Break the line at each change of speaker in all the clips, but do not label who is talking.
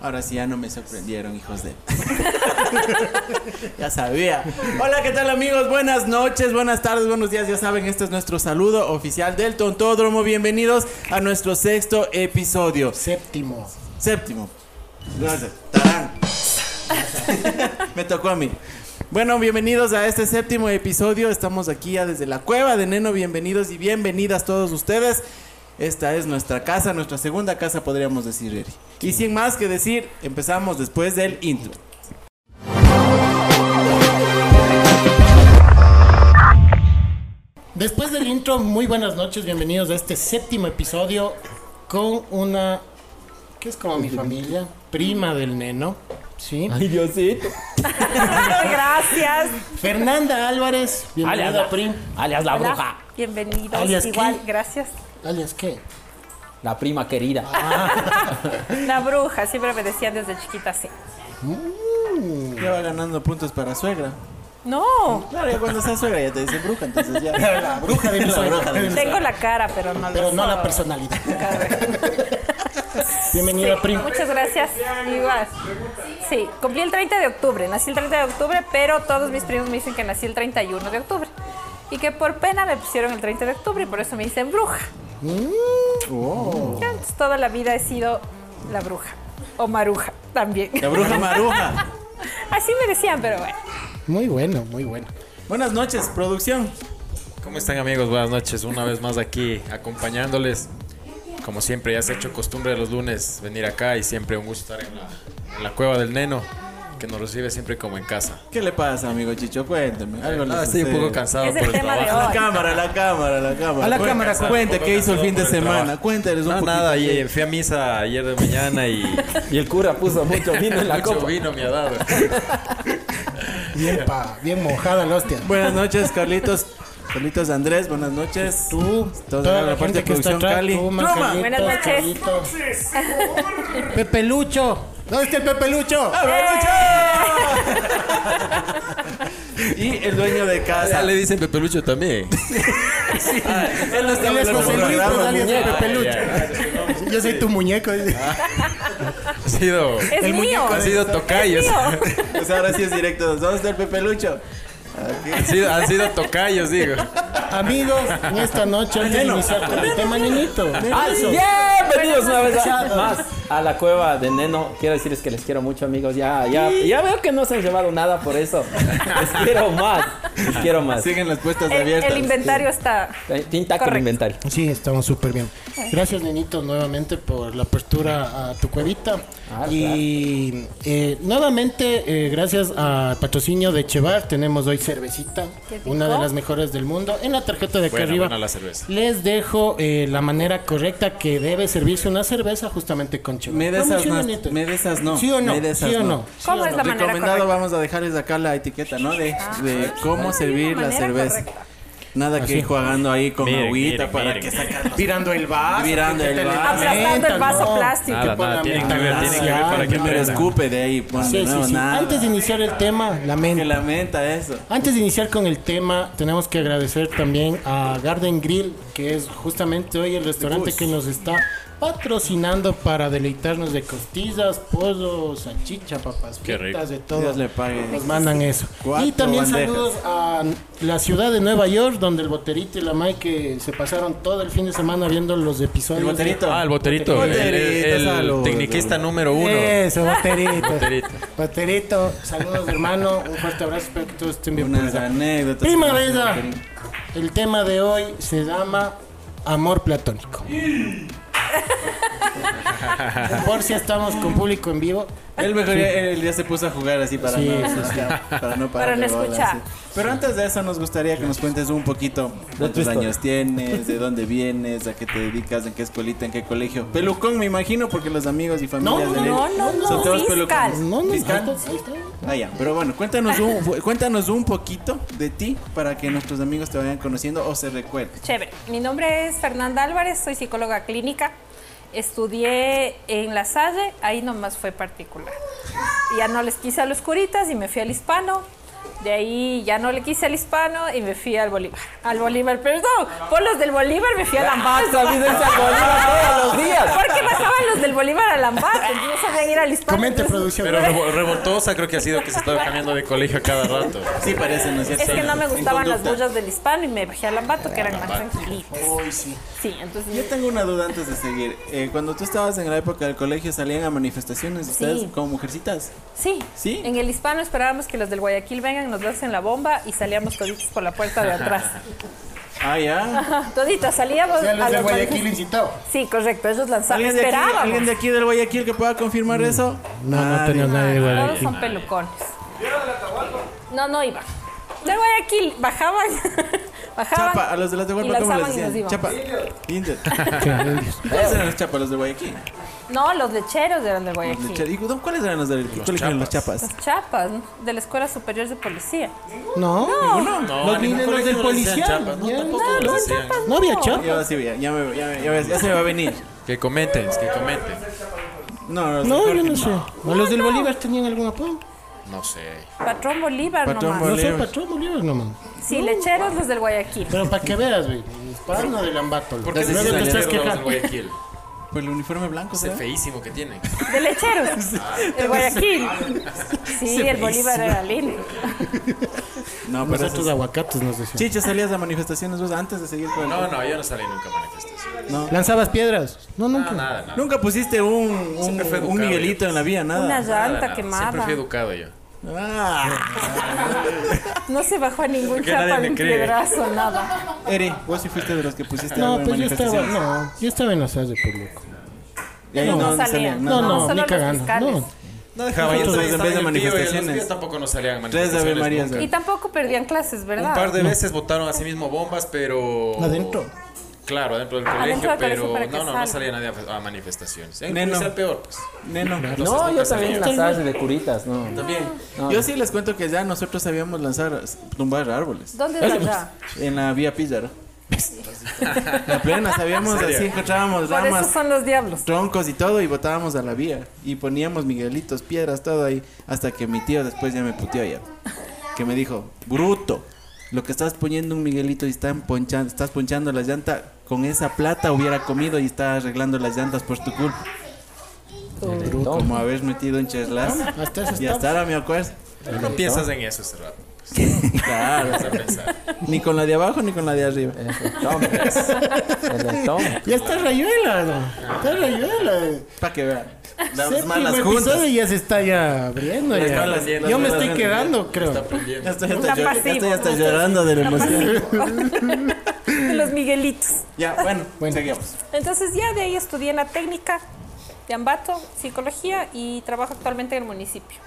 Ahora sí ya no me sorprendieron, hijos de. ya sabía. Hola, ¿qué tal, amigos? Buenas noches, buenas tardes, buenos días. Ya saben, este es nuestro saludo oficial del Tontódromo. Bienvenidos a nuestro sexto episodio.
Séptimo.
Séptimo. Gracias. Tarán. me tocó a mí. Bueno, bienvenidos a este séptimo episodio. Estamos aquí ya desde la cueva de Neno. Bienvenidos y bienvenidas todos ustedes. Esta es nuestra casa, nuestra segunda casa, podríamos decir, Eri. Y sin más que decir, empezamos después del intro.
Después del intro, muy buenas noches, bienvenidos a este séptimo episodio con una que es como mi familia, prima del neno, ¿sí?
Ay, Diosito.
Gracias.
Fernanda Álvarez, bienvenida,
Alias,
prim.
alias la
Hola,
bruja,
Bienvenidos.
Alias, ¿qué?
Igual, gracias.
Alias, ¿qué?
la prima querida.
La bruja, siempre me decían desde chiquita así.
Ya va ganando puntos para suegra.
No,
Claro, ya cuando sea suegra ya te dicen bruja, entonces ya.
La bruja de mi suegra.
tengo la cara, pero no
Pero
lo
no la
soy.
personalidad.
Claro.
Bienvenida,
Sí,
prim.
Muchas gracias. Igual. Sí, cumplí el 30 de octubre. Nací el 30 de octubre, pero todos mis primos me dicen que nací el 31 de octubre. Y que por pena me pusieron el 30 de octubre y por eso me dicen bruja.
Mm. Oh.
Ya, entonces, toda la vida he sido la bruja. O maruja también.
La bruja maruja.
Así me decían, pero bueno.
Muy bueno, muy bueno.
Buenas noches, producción.
¿Cómo están amigos? Buenas noches, una vez más aquí acompañándoles. Como siempre, ya se ha hecho costumbre de los lunes venir acá y siempre un gusto estar en la, en la cueva del neno, que nos recibe siempre como en casa.
¿Qué le pasa, amigo Chicho? Cuénteme. Algo le
Ah, estoy un
sucede.
poco cansado
Es
por
el
el
tema de
trabajo.
La cámara, la cámara, la cámara.
A la
Cuenta,
cámara, cuenta.
Cuenta, ¿qué hizo el fin de
Por el
semana?
trabajo.
Cuéntales un
No,
poquito.
nada, y eh, fui a misa ayer de mañana y
Y el cura puso mucho vino en la
mucho
copa.
vino me ha dado.
Bien, pa, bien mojada la hostia.
Buenas noches, Carlitos. Carlitos Andrés, buenas noches.
Tú,
Toda
toda
la
la
parte de
gente que está
producción,
atrás,
Cali.
tú,
¡Truma!
Margarito,
Buenas noches.
Carlito. Pepe Lucho. ¿Dónde está el Pepe Lucho?
Y el dueño de casa.
le dicen Pepelucho también.
Él no está
Él es
hablando
José
del
Luis,
programa,
pues, alias el
muñeco.
Pepe Lucho. Yo soy tu muñeco.
Ha sido,
Es
El
mío.
muñeco
ha sido tocayos.
mío.
Pues ahora sí es directo. ¿Dónde está el Pepe Lucho?
Han sido, han sido tocayos, digo. Ah.
Amigos, en esta noche antes de iniciar con el tema nenito.
Ah,
Alzo. Bienvenidos una vez a- más a la cueva de Neno. Quiero decirles que les quiero mucho, amigos. Ya, ya, ya veo que no se han llevado nada por eso. Les quiero más. Les quiero más.
Siguen las puestas
El,
abiertas.
el inventario está.
Eh, Tinta con
Correcto.
inventario.
Sí, estamos súper bien. Gracias, Nenito, nuevamente por la apertura a tu cuevita.
Ah,
y eh, nuevamente, eh, gracias al patrocinio de Chevar, tenemos hoy cervecita,
Qué rico.
una de las mejores del mundo. En la tarjeta de acá
Buena,
arriba
buena la cerveza.
les dejo eh, la manera correcta que debe servirse una cerveza justamente con Chevar.
Me de esas
Promociona,
no,
Nenito.
me de esas no.
¿Sí o no?
Me de esas
¿Sí o
no.
no?
¿Cómo es la manera
Recomendado,
correcta?
vamos a dejarles acá la etiqueta, ¿no? De, de
Ah,
cómo
hay
servir
una
la
manera
cerveza.
correcta.
Nada que ir jugando ahí con
Miren,
agüita
miren,
para
miren.
que sacar
Virando el vaso.
Virando
que
el
te
vaso.
Ah,
levantan,
Aplastando el vaso plástico.
Nada, nada, tienen que ver, tienen que ver
Ah,
para que
me
aprendan.
escupe de ahí. Pues,
Sí,
no,
sí, sí.
nada.
Antes de iniciar el tema,
Que
lamento.
lamenta eso.
Antes de iniciar con el tema, tenemos que agradecer también a Garden Grill, que es justamente hoy el restaurante que nos está patrocinando para deleitarnos de costillas, pollo, salchicha, papas
Qué rico.
fritas, de todo.
Dios le pague.
Nos mandan eso.
Cuatro
y también
bandejas.
saludos a la ciudad de Nueva York, donde el Boterito y la Mai que se pasaron todo el fin de semana viendo los episodios.
El
de-
boterito.
Ah, el boterito. El, el- el
salud.
tecniquista número uno.
Eso, Boterito.
Boterito.
Boterito, saludos hermano, un fuerte abrazo, espero que todos estén
pues,
bien. por
Unas
allá.
anécdotas.
Primavera. El tema de hoy se llama amor platónico. Por si estamos con público en vivo.
Él mejor ya, él ya se puso a jugar así para
Sí,
no,
sí, sí.
para no
Para no
pararle bola,
escuchar.
sí. Pero antes de eso nos gustaría que nos cuentes un poquito cuántos
historia.
años tienes, de dónde vienes, a qué te dedicas, en qué escuelita, en qué colegio. Pelucón me imagino porque los amigos y familias
No,
de él
No, no, no.
son todos
fiscal.
pelucones.
No, no, ahí
¿Fiscal?
está, ahí está.
Ah, ya. Pero bueno, cuéntanos un, fu- cuéntanos un poquito de ti para que nuestros amigos te vayan conociendo o se recuerden.
Chévere. Mi nombre es Fernanda Álvarez, soy psicóloga clínica. Estudié en La Salle, ahí nomás fue particular. Ya no les quise a los curitas y me fui al hispano. De ahí ya no le quise al hispano y me fui al Bolívar. Al Bolívar, perdón. Por los del Bolívar me fui a Lambato.
Has habido irse Ah, al Bolívar todos los días.
Porque bajaban los del Bolívar a Lambato. Entonces no sabían ir al hispano.
Comente,
entonces-
producción.
Pero revo- revoltosa creo que ha sido que se estaba cambiando de colegio a cada rato.
Sí, parece, ¿no es cierto?
Es que no me
En
gustaban las
conducta.
bullas del hispano y me bajé al Lambato, que eran más tranquilitas.
Uy, sí.
Sí, entonces
Yo tengo una duda antes de seguir. Eh, cuando tú estabas en la época del colegio, ¿salían a manifestaciones ustedes
Sí.
como mujercitas?
Sí.
¿Sí?
En el hispano esperábamos que los del Guayaquil vengan, nos lancen la bomba y salíamos toditos por la puerta de atrás.
Ah, ya.
toditos, salíamos
O sea,
a
los de
los
Guayaquil
manifes-
incitado.
Sí, correcto, ellos lanzaban,
¿Alguien de, aquí,
esperábamos.
¿Alguien de aquí del Guayaquil que pueda confirmar eso? Ah,
No, no
Nadie.
tenía nadie de
Todos
Guayaquil.
son pelucones. No, no iba. De Guayaquil bajaban, bajaban.
Chapa, a los de la
y
Tehuelpa, ¿cómo
lanzaban
les
y nos
decían?
iban.
Chapa. Indios.
Claro, Dios.
¿Cuáles eran los chapas, los de Guayaquil?
No, los lecheros
Los
eran de
de
Guayaquil.
Char- ¿Y cu- ¿Cuáles eran los de ¿Cuáles eran los chapas?
Las chapas ¿no? de la Escuela Superior de Policía.
No,
No,
Los
a
niños del
ningún colegio no le decían
policial,
chapas,
ya.
No, tampoco les decían.
no había chapa.
Ya, sí, ya, ya, me- ya, me- ya me- ya se me va a venir.
Que comenten, que comenten.
No, no,
No,
Jorge,
yo no sé. ¿O los del Bolívar tenían algún apodo?
No sé.
Patrón Bolívar
Patrón
nomás.
No
Bolívar.
soy patrón Bolívar, no, man.
Sí, lecheros los del Guayaquil.
Pero para que veas, güey. Hispano del Ambato.
¿Por qué
Desde
se
siempre
hicieron
te estás
lecheros los del Guayaquil?
Por pues el uniforme blanco,
Ese
¿sabes?
feísimo que tienen.
De lecheros. El Guayaquil. Sí, el Bolívar era lindo.
No, pero
Nosotros aguacates nos decían.
Chicha, salías a manifestaciones vos antes de seguir con el...
No, no, yo no salí nunca a manifestación.
¿Lanzabas piedras? No,
No,
nunca.
nada, nada.
Nunca pusiste un, un,
Siempre fue
un
educado,
Miguelito
yo.
en la vía,
Una
nada.
Nada,
llanta
nada. Ah, Siempre
quemada.
fui educado yo.
Ah,
No se bajó a ningún
Porque
chapa
nadie
de
me cree.
piedrazo, nada.
Eri, vos sí fuiste de los que pusiste
No,
algo en
pues yo estaba,
manifestaciones.
no, yo estaba en la sala de público.
Y ahí
No,
no,
no
no
salía.
salían,
No,
no,
no,
no,
solo
ni
los
cagando.
fiscales.
No,
No dejaba
Entonces,
en vez de
estaba en el tío y en los tíos
manifestaciones.
tampoco no salían a
Tres de Ave
manifestaciones.
Marías.
nunca.
Y tampoco perdían clases, ¿verdad?
Un par de veces votaron a sí mismo bombas, pero...
Adentro.
Claro, adentro del
Adentro
colegio,
del colegio
pero
para que
no, no,
salga.
no salía nadie a, a manifestaciones. En
Neno.
el colegio peor, pues.
Neno.
Entonces,
No,
nunca
yo
se
también en
veía.
las artes de curitas, no.
También. Yo sí les cuento que ya nosotros sabíamos lanzar, tumbar árboles.
¿Dónde es allá?
En la vía Pizarro. La plena, sabíamos
¿En serio?
así,
pues,
encontrábamos
Por eso
ramas.
son los diablos.
troncos y todo y botábamos a la vía y poníamos miguelitos, piedras, todo ahí hasta que mi tío después ya me puteó ya. Que me dijo, "Bruto, lo que estás poniendo un miguelito y están ponchando, estás ponchando la llanta, con esa plata hubiera comido y está arreglando las llantas por tu culpa." Como haber metido en cheslas.
hasta eso
Y
estaba.
hasta ahora me acuerdo.
Pero no piensas en eso ese rato.
Claro.
Vas a pensar.
Ni con la de abajo ni con la de arriba.
El de Tom.
Ya está rayuela, ¿no? está rayuela.
Para que vean. Las
Séptimo
malas juntas.
episodio ya se está ya abriendo.
Ya
ya.
está haciendo,
Yo me
está
estoy
haciendo,
quedando, creo.
Está aprendiendo.
Ya estoy hasta,
Está
llor- ya estoy
pasivo.
hasta llorando de la emoción.
De los miguelitos.
Ya, bueno, seguimos.
Entonces ya de ahí estudié en la técnica de Ambato, psicología y trabajo actualmente en el municipio.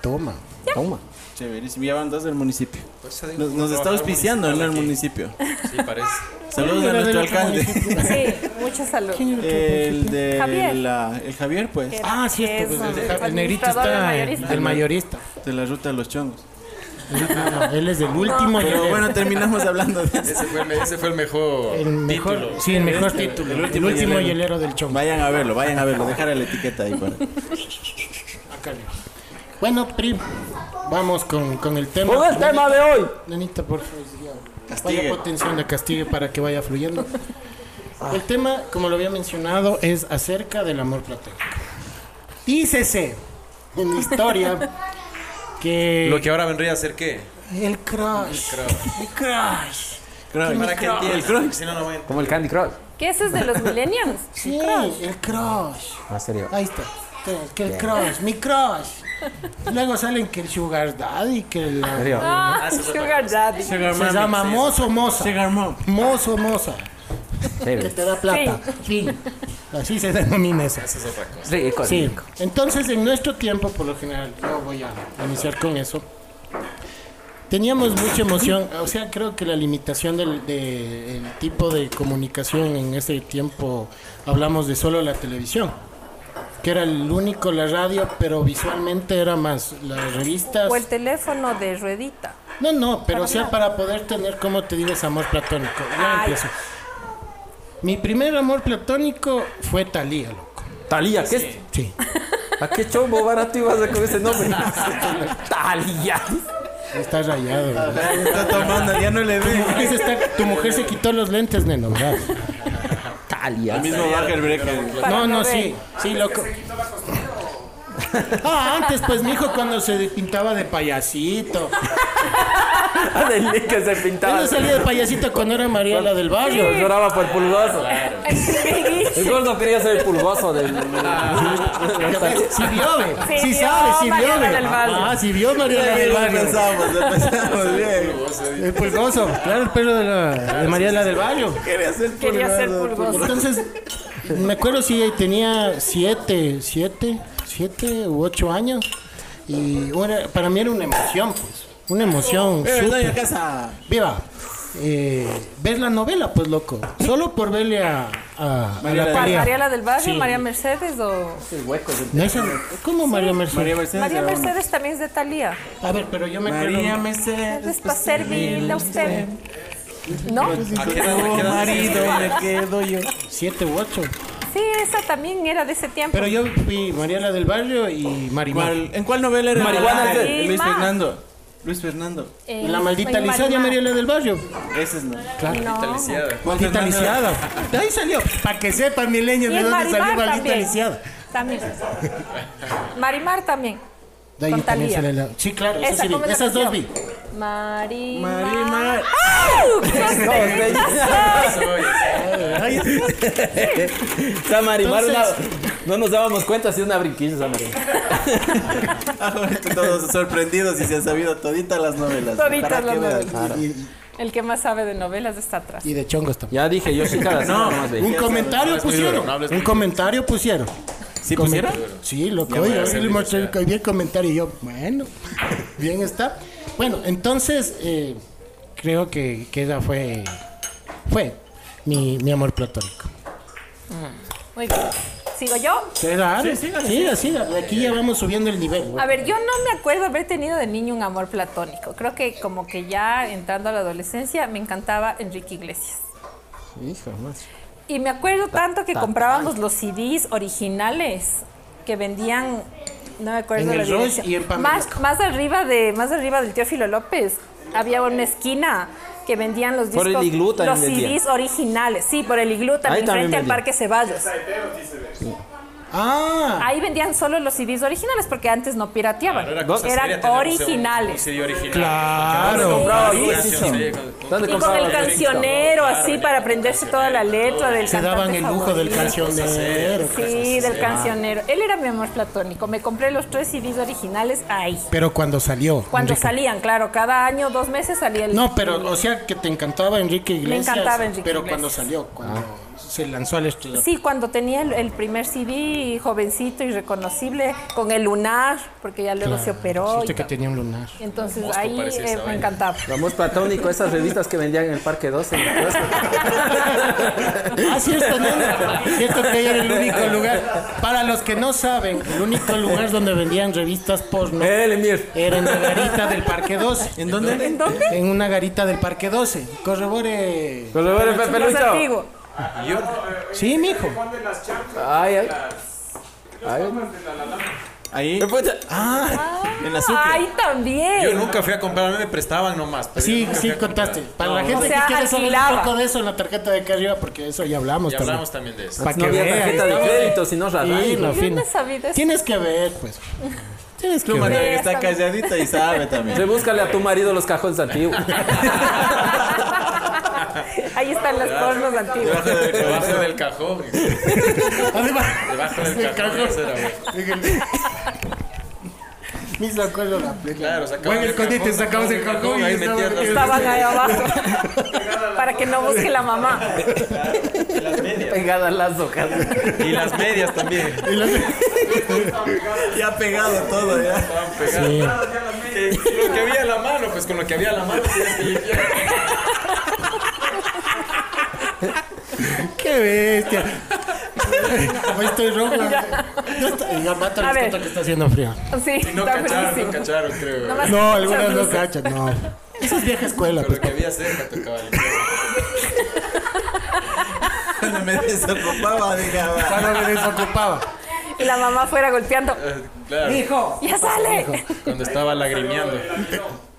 Toma.
Toma.
Chéverísimo, ya van dos del municipio.
Pues, se dijo,
Nos, nos
trabajar
está auspiciando ¿no?
municipal
el
aquí.
municipio.
Sí, parece.
Saludos a nuestro alcalde.
Sí, mucha salud.
El de
Javier.
la- el Javier, pues,
Ah, cierto.
Es
pues, el,
un
el negrito
administrador del
está
mayorista.
el mayorista.
de la ruta de los chongos.
Ah, él es el último. y
Pero
el-
bueno, terminamos hablando de eso.
Ese fue el, ese fue el mejor
el mejor,
título.
sí, el mejor título. El último,
hielero.
hielero del chongo.
Vayan a verlo, vayan a verlo. Dejar la etiqueta ahí para.
Bueno, Pri, vamos con, con el tema.
Con el tema de hoy.
Nenita, por favor, ya.
Castigue.
Vaya potención de castigue para que vaya fluyendo. El tema, como lo había mencionado, es acerca del amor platónico. Dícese en la historia que,
Lo que ahora vendría a ser qué?
el crush, el crush,
Crunch.
Para que
El
entiendas.
crunch.
Si no, no voy a
Como el Candy Crush.
¿Qué eso es de los millennials?
sí, el crush.
No, Ah, en serio.
Ahí está. Que- Que el crush, mi crush. Luego salen que el sugar daddy, que el,
En serio.
Ah, Sugar Daddy.
Sugar
se
Mami.
llama mozo moza,
Sugar Mom.
mozo moza, que
Chévere.
te da plata. Fin. Así se denomina eso.
Esa es otra cosa.
Rico.
Sí. Entonces, en nuestro tiempo, por lo general, yo voy a iniciar con eso. Teníamos mucha emoción, o sea, creo que la limitación del de- el tipo de comunicación en ese tiempo, hablamos de solo la televisión, que era el único, la radio, pero visualmente era más las revistas.
O el teléfono de ruedita.
No, no, pero o sea, para poder tener, como te digo, ese amor platónico. Ya
Ay.
empiezo. Mi primer amor platónico fue Talía, loco.
Talía, ¿qué es?
Sí.
¿A qué chombo barato ibas a con ese nombre? Talía.
Está rayado. güey.
Está tomando, ya no le
Tu
ve.
mujer, se está- tu mujer se quitó los lentes, neno. ¿verdad?
Talia.
El mismo Wagerbrecht.
Para
Pues No, no,
ver.
sí. Sí, loco. Ah, antes, pues, mi hijo cuando se pintaba de payasito.
Adelín que se
Él
pintaba.
no salía de payasito cuando era María la del barrio.
Yo Lloraba por el pulgoso.
Sí,
El gordo quería ser el pulgoso del.
Si vio, ve.
Sí
Sí
vio
sabe, si vio,
Mariana
ve.
del Barrio.
Ah, si vio María la del
Lo
barrio.
pensamos, lo pensamos bien.
El pulgoso. Claro, el pelo de, la, de María la del barrio.
Quería ser
Quería ser
pulgoso.
pulgoso.
Entonces, me acuerdo si tenía siete, siete, siete u ocho años. Y bueno, para mí era una emoción, pues. Una emoción.
Eh,
súper.
doña Casa.
Viva. Eh, ver la novela, pues loco. Solo por verle a, a, a
María
la
la-
paria.
María la del barrio,
Sí.
María Mercedes o...
El hueco del-
No, esa- ¿Cómo María Mercedes?
María Mercedes.
María
era una.
Mercedes también es de Talía.
A ver, pero yo me acuerdo.
María Mercedes.
Es
pues
para servirle a usted. ¿No?
Tu marido me quedo yo.
Siete u ocho.
Sí, esa también era de ese tiempo.
Pero yo vi María la del barrio y Marimar.
¿Cuál- ¿En cuál novela era?
Marihuana,
Ah,
Alfred.
Luis
Sí, ma.
Fernando. Luis Fernando.
Eh,
La maldita
Marimar.
Lisiada, María la del barrio.
Ese es no.
No.
Maldita
Fernando.
lisiada. De ahí salió. Para que sepan, mileños,
Y
de
el
dónde salió
Marimar
maldita
también.
lisiada.
También. Marimar también.
De ahí
Con
también
Thalía.
salió la- Sí, claro, esa
Esa,
sí vi.
¿cómo es la
Esas dos vi.
canción? Marimar.
Marimar.
¡Au! ¡Qué
Esa Marimar,
Entonces-
una- no nos dábamos cuenta si es una brinquilla esa Marimar.
Ah, Todos sorprendidos y se han sabido toditas las novelas.
Toditas
Para que
las
veas.
novelas. El que más sabe de novelas está atrás.
Y de chongos también.
Ya dije, yo sí cada
No.
más veía.
Un comentario
hables muy duro,
pusieron.
no hables
Un
muy-
comentario pusieron.
¿Sí
Comen-
pusieron?
Sí, loco.
Ya voy a
Oye,
hacer
el
mi
macho-
tarea.
vi el comentario y yo, bueno, bien está. Bueno, entonces, eh, creo que, que esa fue, fue mi, mi amor platónico.
Muy bien. ¿Sigo yo?
Sí, sí, siga, siga. De Aquí ya vamos subiendo el nivel. güey.
A ver, yo no me acuerdo haber tenido de niño un amor platónico. Creo que como que ya entrando a la adolescencia me encantaba Enrique Iglesias. Y me acuerdo tanto que comprábamos los CDs originales que vendían, no me acuerdo
En
la
el Ross
dirección.
y en Pamela.
más, más arriba de más arriba del tío Filo López había una esquina que vendían los discos,
Por el Iglú también
los
vendían.
CDs originales. Sí, por el iglú también,
también
frente al
vendían.
Parque Ceballos.
Ah,
Ahí vendían solo los CDs originales porque antes no pirateaban.
Claro, era cosa seria
Eran
tener un- Un
originales.
CD original.
claro.
Compraba
Sí,
alguna
sí,
canción,
sí.
sí. ¿Dónde
Y con
compraba
el
la
cancionero, así, para aprenderse toda la letra del
Se daban
cantante
el lujo del
favorito.
cancionero.
Sí, del cancionero. Él era mi amor platónico. Me compré los tres CDs originales ahí.
Pero cuando salió.
Cuando
Enrique.
salían, claro, cada año, dos meses salía el.
No, pero, o sea, que te encantaba Enrique Iglesias.
encantaba Enrique
Pero
Iglesias.
cuando salió, cuando
Ah.
se lanzó al estrella.
Sí, cuando tenía el, el primer CD, jovencito, irreconocible, con el lunar, porque ya luego se operó.
Dijiste
y
que
tal.
tenía un lunar.
Entonces
Mosco
ahí
parecía
eh,
esa
me
vaina.
encantaba.
Vamos platónico, esas revistas que vendían en el Parque 12. en la plaza.
Ah, cierto, ¿no? Cierto que era el único lugar. Para los que no saben, el único lugar donde vendían revistas porno
El Emir.
era en la garita del Parque 12.
¿En dónde?
¿En dónde?
En una garita del Parque 12. Corrobore.
Con los Pepe
Más
Lucho.
antiguo.
Sí, mijo.
Ay, ay. Ay.
Ahí. Ah,
Me puta-
En la azúcar.
Ay, también.
Yo nunca fui a comprar, a mí me prestaban nomás. pero
Sí,
yo nunca fui
sí,
a comprar.
contaste. Para la
O
gente
sea,
que quiere saber un
alquilaba.
poco de eso en la tarjeta de acá arriba, porque eso ya hablamos
Y
también.
hablamos también de eso.
Para
No
que
había
vean.
tarjeta de crédito, sino radar.
Sí, no,
Yo
fino.
no sabía de eso.
Tienes que ver, pues. Tienes que
Tu marido
ver.
que está calladita y sabe también.
Rebúscale a tu marido los cajones antiguos.
Ahí están las pornos antiguas.
Debajo del cajón.
Además,
Debajo del cajón. eso era, güey.
mis acuerdos la plena.
Claro, sacabas
Bueno, el
el
escondite,
cajón,
sacabas el
sacabas el
cajón y
cajón, ahí
estaba-
metías las-
Estaban ahí abajo. Para que no busque la mamá.
Pegadas las hojas.
este, Y las medias también.
Ya ha pegado todo, ya.
Estaban pegadas. Que- Lo que había en la mano, pues con lo que había en la mano tienes que limpiar.
Qué bestia. Hoy estoy rojo. Ya está- ya mata
A
les
ver.
cuento que está haciendo frío.
Sí,
Y no
está
cacharon,
buenísimo.
no cacharon, creo.
No
güey.
más
No, algunas no
muchas luces.
cachan, no. Eso es vieja escuela,
Con
pues.
lo que había cerca tocaba limpiar.
Cuando me desocupaba, digaba.
Cuando me desocupaba.
y la mamá fuera golpeando.
Claro,
Hijo.
¡Ya sale!
cuando estaba lagrimeando.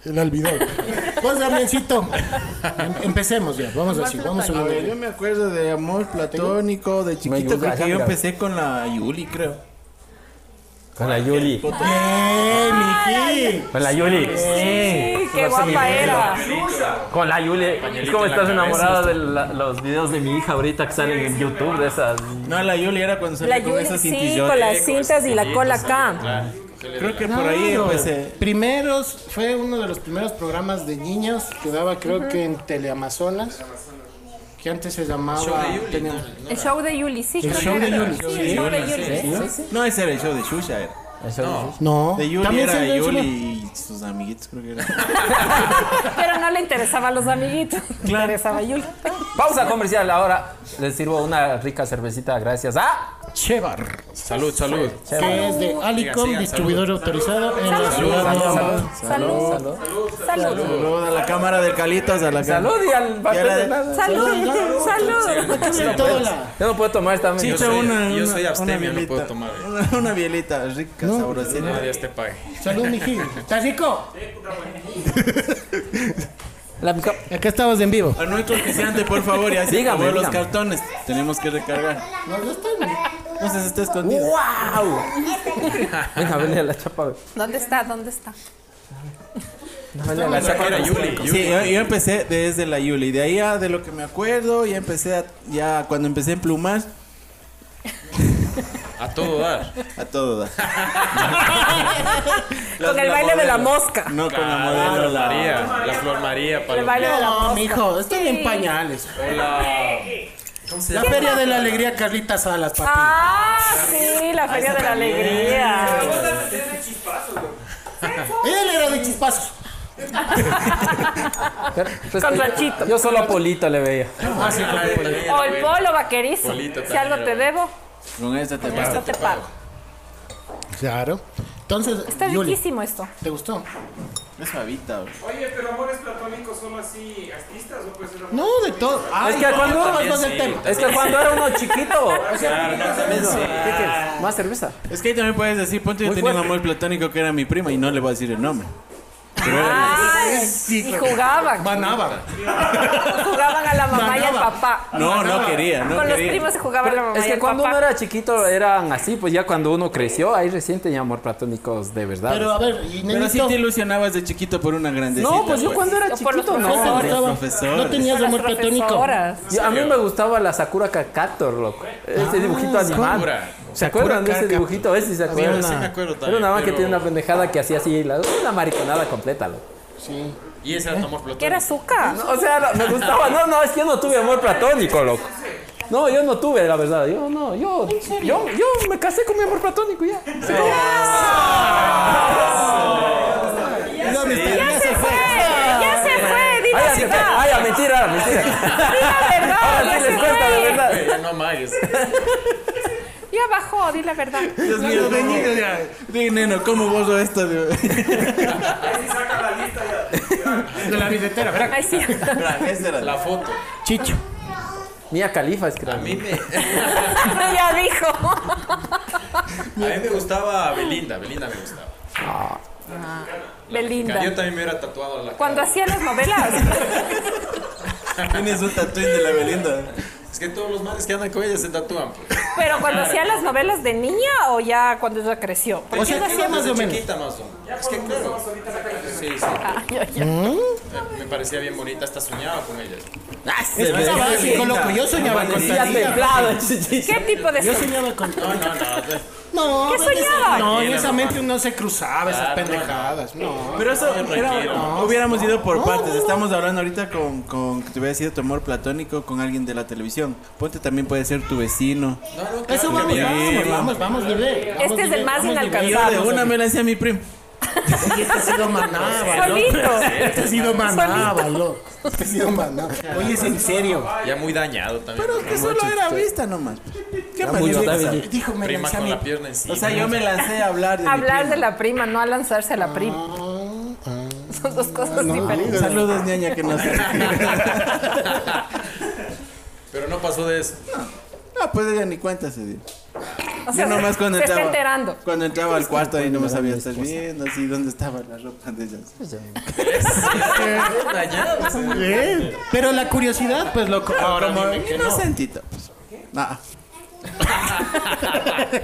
El albidón. Pues, Damiancito, em- empecemos ya. Vamos así, vamos
A
subiendo.
ver, yo me acuerdo de amor platónico, de chiquito,
gusta,
creo que yo
mira.
empecé con la Yuli, creo.
Con la Yuli.
Ah,
¡Eh, mijín!
Con la Yuli.
Sí, qué guapa era.
Con la Yuli. ¿Cómo estás enamorada de la- los videos de mi hija ahorita que salen en YouTube de esas?
No, la Yuli era cuando
La
salía con
Yuli,
esas
sí, con
cintillotas.
las cintas y la cola acá.
Creo que por ahí
Claro.
empecé.
Primeros, fue uno de los primeros programas de niños que daba, creo que en Teleamazonas, que antes se llamaba. tenía-
El show de Yuli, sí, creo
show
que
de
era.
Yuli.
Sí, el show de Yuli. Sí, sí.
No, ese era el show de Shusha, era.
No.
No,
De Yuli
Oh. también
era
se-
Yuli y sus amiguitos, creo que era.
Pero no le interesaba a los amiguitos. Le interesaba a Yuli.
Pausa comercial ahora. Les sirvo una rica cervecita gracias ¡Ah! a...
Chevar,
Salud, salud.
que es de Alicom,
sigan,
distribuidor autorizado en la ciudad de
Salud,
Ambato.
Salud.
salud.
Salud.
Saludos a la cámara del Calitas, a la cámara.
Salud y al
la
pastel de
de-
nada.
Salud. Salud.
En toda la-
Yo no puedo tomar esta
Yo
mierda.
soy-
una,
yo
una-
soy
una
abstemio, no
bielita.
puedo tomar.
Una, una bielita rica, sabrosita.
Nadie te pague.
Salud, mijín. ¿Estás rico?
La pica-
Acá estabas en vivo.
A nuestro oficiante, por favor, ya se
Dígame,
acabó los
dígame.
cartones. Tenemos que recargar.
No, no está bien.
Entonces está escondido.
¡Wow! Venga, venle a la chapa. güey.
¿Dónde está? ¿Dónde está?
Venle a la chapa.
Era Yuli.
Sí, ¿eh? yo, yo empecé desde la Yuli. De ahí a de lo que me acuerdo, ya empecé a, ya cuando empecé en plumas,
A todo dar.
a todo dar.
Con el baile de la mosca.
No con la modelo.
Flor
la-
María. La Flor María.
El
Paloma.
baile de la
No,
mosca.
mijo, estoy en pañales. La Feria de la Alegría, Carlita Salas, papi.
Ah, sí, la Feria de la Alegría.
Él era de chispazos.
Pero, pues,
Con
yo-
Rachito.
Yo solo a Polito le veía.
Ah,
O el polo vaquerizo.
Polito
Si algo te
también.
debo,
Con esta te
esto
basta.
te pago.
Claro. Entonces,
Está
Yuli,
riquísimo esto.
¿te gustó?
Es suavita, bro.
Oye, pero amores platónicos son así artistas o pues era
No, de todo. Ay,
que cuando-
no,
también
no es el tema.
Es que cuando era uno chiquito. ¿Qué quieres? ¿Más cerveza?
Es que ahí también puedes decir, ponte yo
Muy
tenía un
fuerte.
amor platónico que era mi prima y no le voy a decir el nombre.
Ay,
Sí,
y jugaban.
Banaba.
Jugaban a la mamá y al
Manaba.
papá.
No, no quería, no
Con los
quería.
primos se jugaba la mamá
Es
y
que
el
cuando uno
papá.
era chiquito eran así, pues ya cuando uno creció, ahí recién tenía amor platónicos de verdad.
Pero a ver, y
Pero sí
nenito,
te ilusionabas de chiquito por una grandecita.
no, pues yo
pues.
cuando era
Yo por los
chiquito
¿qué te
no.
profesores.
gustaba?
profesores.
No tenías
Las
amor platónico.
profesoras.
Yo- a mí me gustaba la Sakura Kakato, loco. Ese dibujito animado.
Sakura.
¿Se acuerdan de ese
Kakato.
dibujito? A ver si se acuerdan.
sí me acuerdo
Era
también,
una mamá que
pero-
tenía una pendejada que hacía así, la- una mariconada completa, loco.
Sí.
Y ese era tu amor platónico.
¿Qué era azúcar?
No, o sea, no, me gustaba. No, no, es que yo no tuve amor platónico, loco. No, yo no tuve, la verdad. Yo no, yo, yo, yo me casé con mi amor platónico ya. Sí.
¿Y dónde está?
¡Ya se fue! ¡Ya se fue! ¡Di
Ay,
la
así que-
verdad!
ay, ah, mentira, mentira.
¡Di la verdad!
Ahora
¡Ya
sí les
se
cuento la
fue!
verdad.
Güey, Ya no amagues.
Ya bajó, di la verdad.
Dios mío, vení, ya. Di, neno, ¿cómo borro esto? de-
De la billetera, verá.
Ay, sí.
Esa era
La foto.
Chicho.
Mía Califa es que
A mí me, a
ya dijo.
mí me gustaba Belinda. Belinda me gustaba.
Belinda.
Yo también me hubiera tatuado la
Cuando
cara.
hacía las novelas.
Tienes un tatuín de la Belinda.
Es que todos los males que andan con ella se tatúan. pues.
Pero cuando
Ah.
hacía las novelas de niña o ya cuando ella creció.
O sea,
Yo
hacía más
desde
o menos.
chiquita más o menos. Es que claro. Sí, sí. Eh, Me parecía bien bonita. Hasta soñaba con ella.
Es que estaba básico, loco. Yo soñaba con esa
Ya templado,
¿Qué tipo de
Yo soñaba con.
No, no, no.
No,
¿Qué
no, en esa-
soñaba?
No, en esa mente uno se cruzaba esas pendejadas. No.
Pero eso era,
tranquilo.
no, hubiéramos ido por partes. Estamos hablando ahorita con, con que te hubiera sido tu amor platónico con alguien de la televisión. Ponte también puede ser tu vecino.
Eso vamos, vamos, vamos, vamos, bebé. Vamos,
Este es
bebé,
el más
vamos, bebé.
Yo de
inalcanzable.
una me la hacía a mi primo.
Y este ha sido manaba, loco.
Solito.
Este ha sido manaba, loco. Este ha sido manaba. Oye, es en serio.
Ya muy dañado también.
Pero que solo era vista nomás. ¿Qué
muy
maldita
bien,
cosa?
bien.
Dijo, me
Prima
lancé a
con
mi
la pierna encima.
O sea, yo me lancé a hablar de mi
Hablar de
primo.
la prima, no a lanzarse a la prima.
Ah,
Son dos cosas diferentes.
Saludos, ñaña, que no sé.
Pero no pasó de eso.
No, pues ella ni cuenta se dio.
O sea,
yo nomás cuando
se está
entraba,
enterando.
Cuando entraba al cuarto ahí no me sabía estar viendo así dónde estaba la ropa de ellas.
Bien. ¿Eh? Pero la curiosidad, pues loco. Ahora dime que no.
Inocentito, pues. Nah.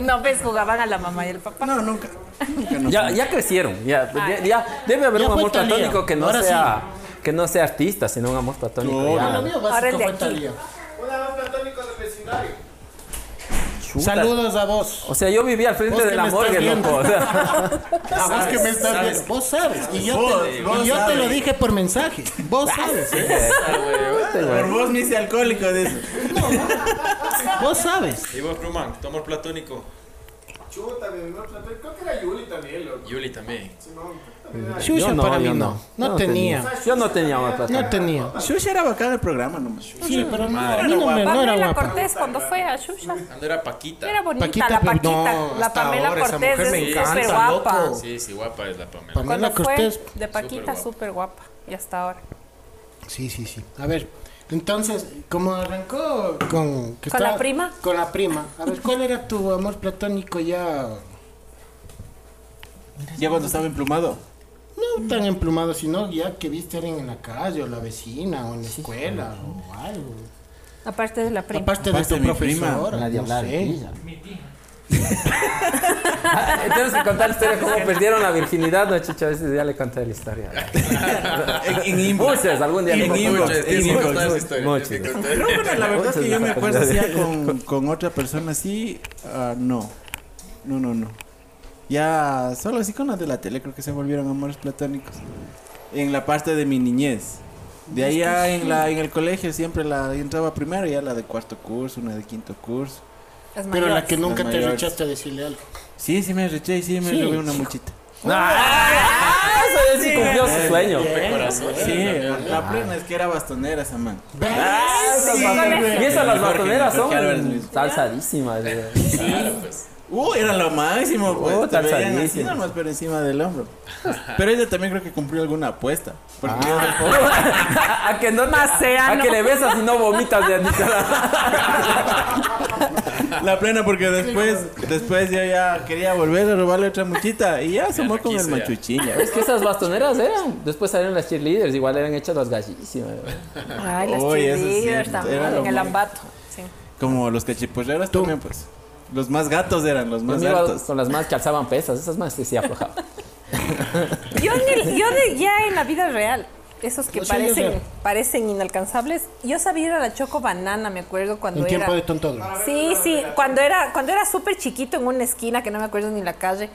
No, pues jugaban a la mamá y el papá.
No, nunca. Nunca no.
Ya, ya crecieron, ya, ya, ya debe haber
Ya
un
fue
amor
Thalía.
platónico que no
Ahora
sea que no sea artista, sino un amor platónico.
No,
ya.
Lo mío básico
Ahora el de
fue
aquí.
Thalía.
Chuta.
Saludos a vos.
O sea, yo vivía al
Vos
frente
que
de la
me
morgue,
estás
loco. o sea.
Ah, vos que me estás viendo. Vos sabes. Y yo,
Vos-
te, y
vos
yo te lo
sabes.
dije por mensaje. Vos sabes. ¿eh?
Por vos me hice alcohólico de eso.
Vos sabes.
Y vos, Pluman, tu amor platónico.
Chuta, mi amor, creo que era Yuli también, loco.
Yuli también.
Chucha
Yo no,
para mí
yo
no.
no.
No,
Yo no
tenía.
Yo no tenía amor platónico.
No tenía.
Xuxa era bacán el programa nomás.
Sí, pero no, a mí no, me, no era
Pamela
guapa.
Cortés cuando fue a Xuxa.
Cuando era Paquita.
Era bonita
Paquita,
la
pero
Paquita.
no,
la
hasta
Pamela
ahora esa
Cortés
mujer
es
me encanta,
súper guapa.
loco.
Sí, sí, guapa es la Pamela.
Pamela
Cuando
Cortés.
fue de Paquita,
guapa.
súper guapa. Y hasta ahora.
Sí, sí, sí. A ver, entonces, como arrancó con... que
¿Con la prima?
Con la prima. A ver, ¿cuál era tu amor platónico ya...
Ya cuando estaba emplumado.
No tan emplumado, sino ya que viste a alguien en la calle, o la vecina, o en la escuela, o algo.
Aparte de la prima.
Aparte de
Aparte
tu
de mi
profesora,
Nadie
no
hablaba de
sé.
ella. Ah, Tienes que contar la historia de cómo perdieron la virginidad, no chicha, a veces ya le conté la historia.
En, en inbox.
Muchas, algún día. le
En
conté.
inbox,
Muchas, tienes que
inbox,
contar esa
muchas,
historia,
muchas.
tienes que contar.
Pero bueno, la verdad es que yo me acuerdo así
Muchas
con, con otra persona así. ah, no. No, no, no. Ya, solo así con las de la tele creo que se volvieron amores platónicos. En la parte de mi niñez. De ahí a en, la, en el colegio siempre la entraba primero, ya la de cuarto curso, una de quinto curso.
Las
Pero
mayores.
la que nunca
Las
te
mayores.
rechaste a decirle algo.
Sí, sí me reché y sí me
Sí.
robé una mochita.
Ah, eso ya sí cumplió su sueño.
Sí, la plena es que era bastonera esa man.
Ah, esas
Sí,
batoneras.
güey.
y esas las
Jorge,
batoneras
Jorge Álvarez
son
Luis.
salsadísimas. güey.
pues.
Uh, era lo máximo, pues.
Uh,
te
tan
veían
sadísimo.
así nomás por encima del hombro. Pero ella también creo que cumplió alguna apuesta. Porque Ah.
a que no
Macea,
a
¿no?
que le besas y no vomitas de
La plena, porque después, después yo ya quería volver a robarle otra muchita. Y ya asomó
la
con el
quiso ya.
machuchín. ya
Es
ves.
que esas bastoneras eran. Después salieron las cheerleaders, igual eran hechas las gallísimas. güey.
Ay, las
Uy, eso es
cheerleaders
cierto,
también.
era lo
En el
más.
ambato. Sí.
Como los cachiporreros también, pues. Los más gatos eran, los más
Yo iba
altos.
con las más que alzaban pesas, esas más que sí aflojaban.
Yo, en el- yo de- ya en la vida real, esos que
Sí, yo sé.
parecen, parecen inalcanzables, yo sabía ir a la Choco Banana, me acuerdo cuando
En
era...
tiempo de tontodro.
Sí, sí, cuando era, cuando era súper chiquito en una esquina, que no me acuerdo ni la calle,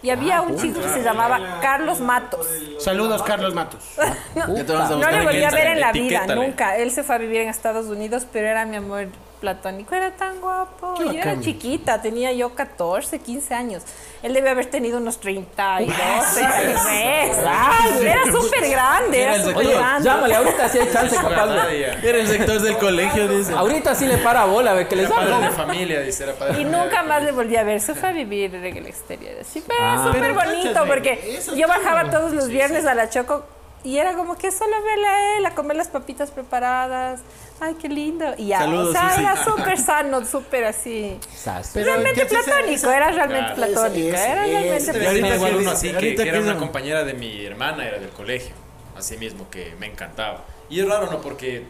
y
Ah,
había un chico que se llamaba Carlos Matos.
Saludos, Carlos Matos.
Ya te vamos a
No
buscar
le
en
volví a ver
Instagram.
en la vida,
etiquétale.
nunca. Él se fue a vivir en Estados Unidos, pero era mi amor platónico. Era tan guapo. Yo era chiquita, tenía yo 14, 15 años. Él debe haber tenido unos 32, 33. Ay, Era súper grande, era súper
Oye,
grande.
llámale, ahorita sí hay chance capaz. güey.
Era el sector del colegio, dice.
Ahorita sí le para bola, ve que les
Era padre de
hablo.
familia, dice, era padre de
Y
familia.
nunca más le volví a ver. Se fue a vivir en el exterior. Así, pero
Ah.
súper
Pero
bonito
cáchate,
porque
eso
yo
está
bajaba
bueno.
todos los viernes a la Choco y era como que solo verle a él, a comer las papitas preparadas. Ay, qué lindo. Y ya,
Saludos,
o sea,
Susi.
era súper sano, súper así.
Sas.
Pero
realmente
ya sí se-
platónico, era
Ah,
realmente
Claro.
platónico.
Ese,
Era
ese,
realmente
ese.
Y
Ahorita
ahorita igual
que
uno
dice-
así, que,
ahorita
que
que
era una
no.
compañera de mi hermana, era del colegio. Así mismo, que me encantaba. Y es raro, ¿no? Porque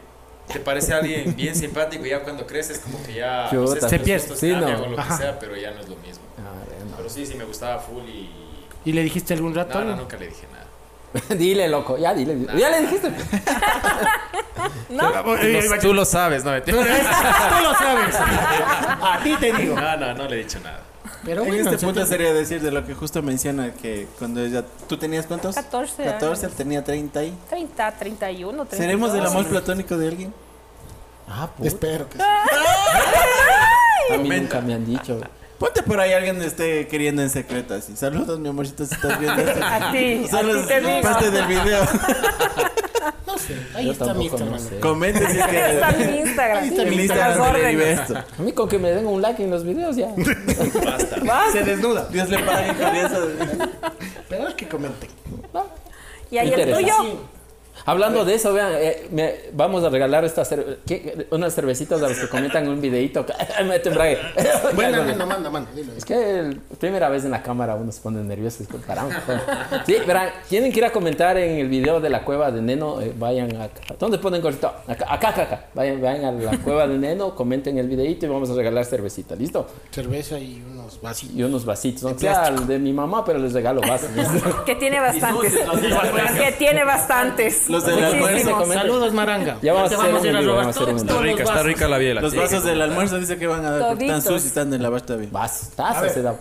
te parece alguien bien simpático y ya cuando creces como que ya...
Chuta.
los
Se
gustos
pierde,
sí,
cambian
no.
o lo que
Ajá.
sea, pero ya no es lo mismo. Pero sí, sí me gustaba full y...
¿Y le dijiste algún rato?
No, no,
algo?
nunca le dije nada.
Dile, loco, ya dile. Ya le dijiste.
tú lo sabes, ¿no?
Tú lo sabes. A ti te digo.
No, no, no le he dicho nada.
Pero
En
bueno,
este punto
entonces-
sería decir de lo que justo menciona que cuando ella. ¿Tú tenías cuántos?
14 años.
14, él tenía 30 y.
30, 31, 32.
¿Seremos del amor platónico de alguien?
Ah, pues.
espero que sí.
A mí nunca me han dicho.
Ponte por ahí alguien esté queriendo en secreto así. Saludos, mi amorcito, si estás viendo esto.
A ti, a
Solo
ti te digo.
es parte del video.
No sé, ahí
Yo
está mi
tampoco no
Instagram.
sé.
Comente si es
Está en
que
mi Instagram.
Ahí está mi
en
Las
Instagram se le vive
órdenes.
esto.
A mí con que me den un like en los videos ya.
Se desnuda. Dios le pague con eso.
Pero es que comenten.
Y ahí el
Interesa.
tuyo.
Sí.
Hablando de eso, vean, eh, me- vamos a regalar estas cerve- ¿qué? unas cervecitas a los que comentan un videito. Mete embrague.
Bueno, manda, manda, manda, dilo.
Es que el- primera vez en la cámara uno se pone nervioso. es que caramba. Sí, verán, tienen que ir a comentar en el video de la cueva de Neno. eh, vayan a. ¿Dónde ponen cortito? Acá, acá, acá, acá. Vayan, vayan a la cueva de Neno, comenten el videito y vamos a regalar cervecita. ¿Listo?
Cerveza y unos vasitos.
Y unos vasitos. Aunque
De
sea el de mi mamá, pero les regalo vasos.
Que tiene bastantes. que tiene bastantes.
Los del almuerzo,
Muchísimos.
comenta.
Saludos, Maranga.
Ya vamos
Te
a hacer un
ir
video,
robar
vamos a hacer
todos,
un
Está
todos
video.
rica,
los
está
vasos.
rica la biela.
Los vasos del almuerzo dice que van a dar porque están
Toditos.
sucios, están en la barra bien.
Vas, tazas, se da.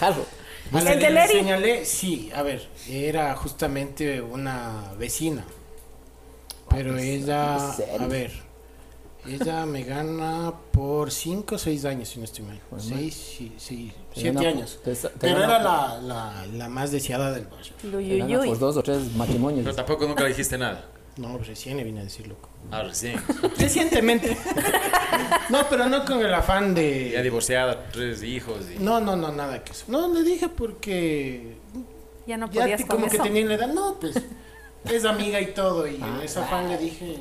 Jalo.
Bueno,
El
le-
de
le
Leri.
señalé, sí, a ver, era justamente una vecina. Pero
Pues,
ella,
serio?
a ver, ella me gana por 5 o 6 años, si no estoy mal. 6, sí, sí,
Pues, Te
7
gana-
años.
te sa- te
Pero
gana-
era la, la, la más deseada del barrio.
Gana
Luyuyuy.
por dos o tres matrimonios.
Pero tampoco nunca le dijiste nada.
No, recién le vine a decir, loco.
Ah, recién.
Recientemente. no, pero no con el afán de...
Ya divorciada, tres hijos. Y...
No, no, no, nada que eso. No, le dije porque
Ya no
ya
podías
te-
con
como que
eso.
tenía la edad. No, pues es amiga y todo. Y
Ah.
en esa fan le dije.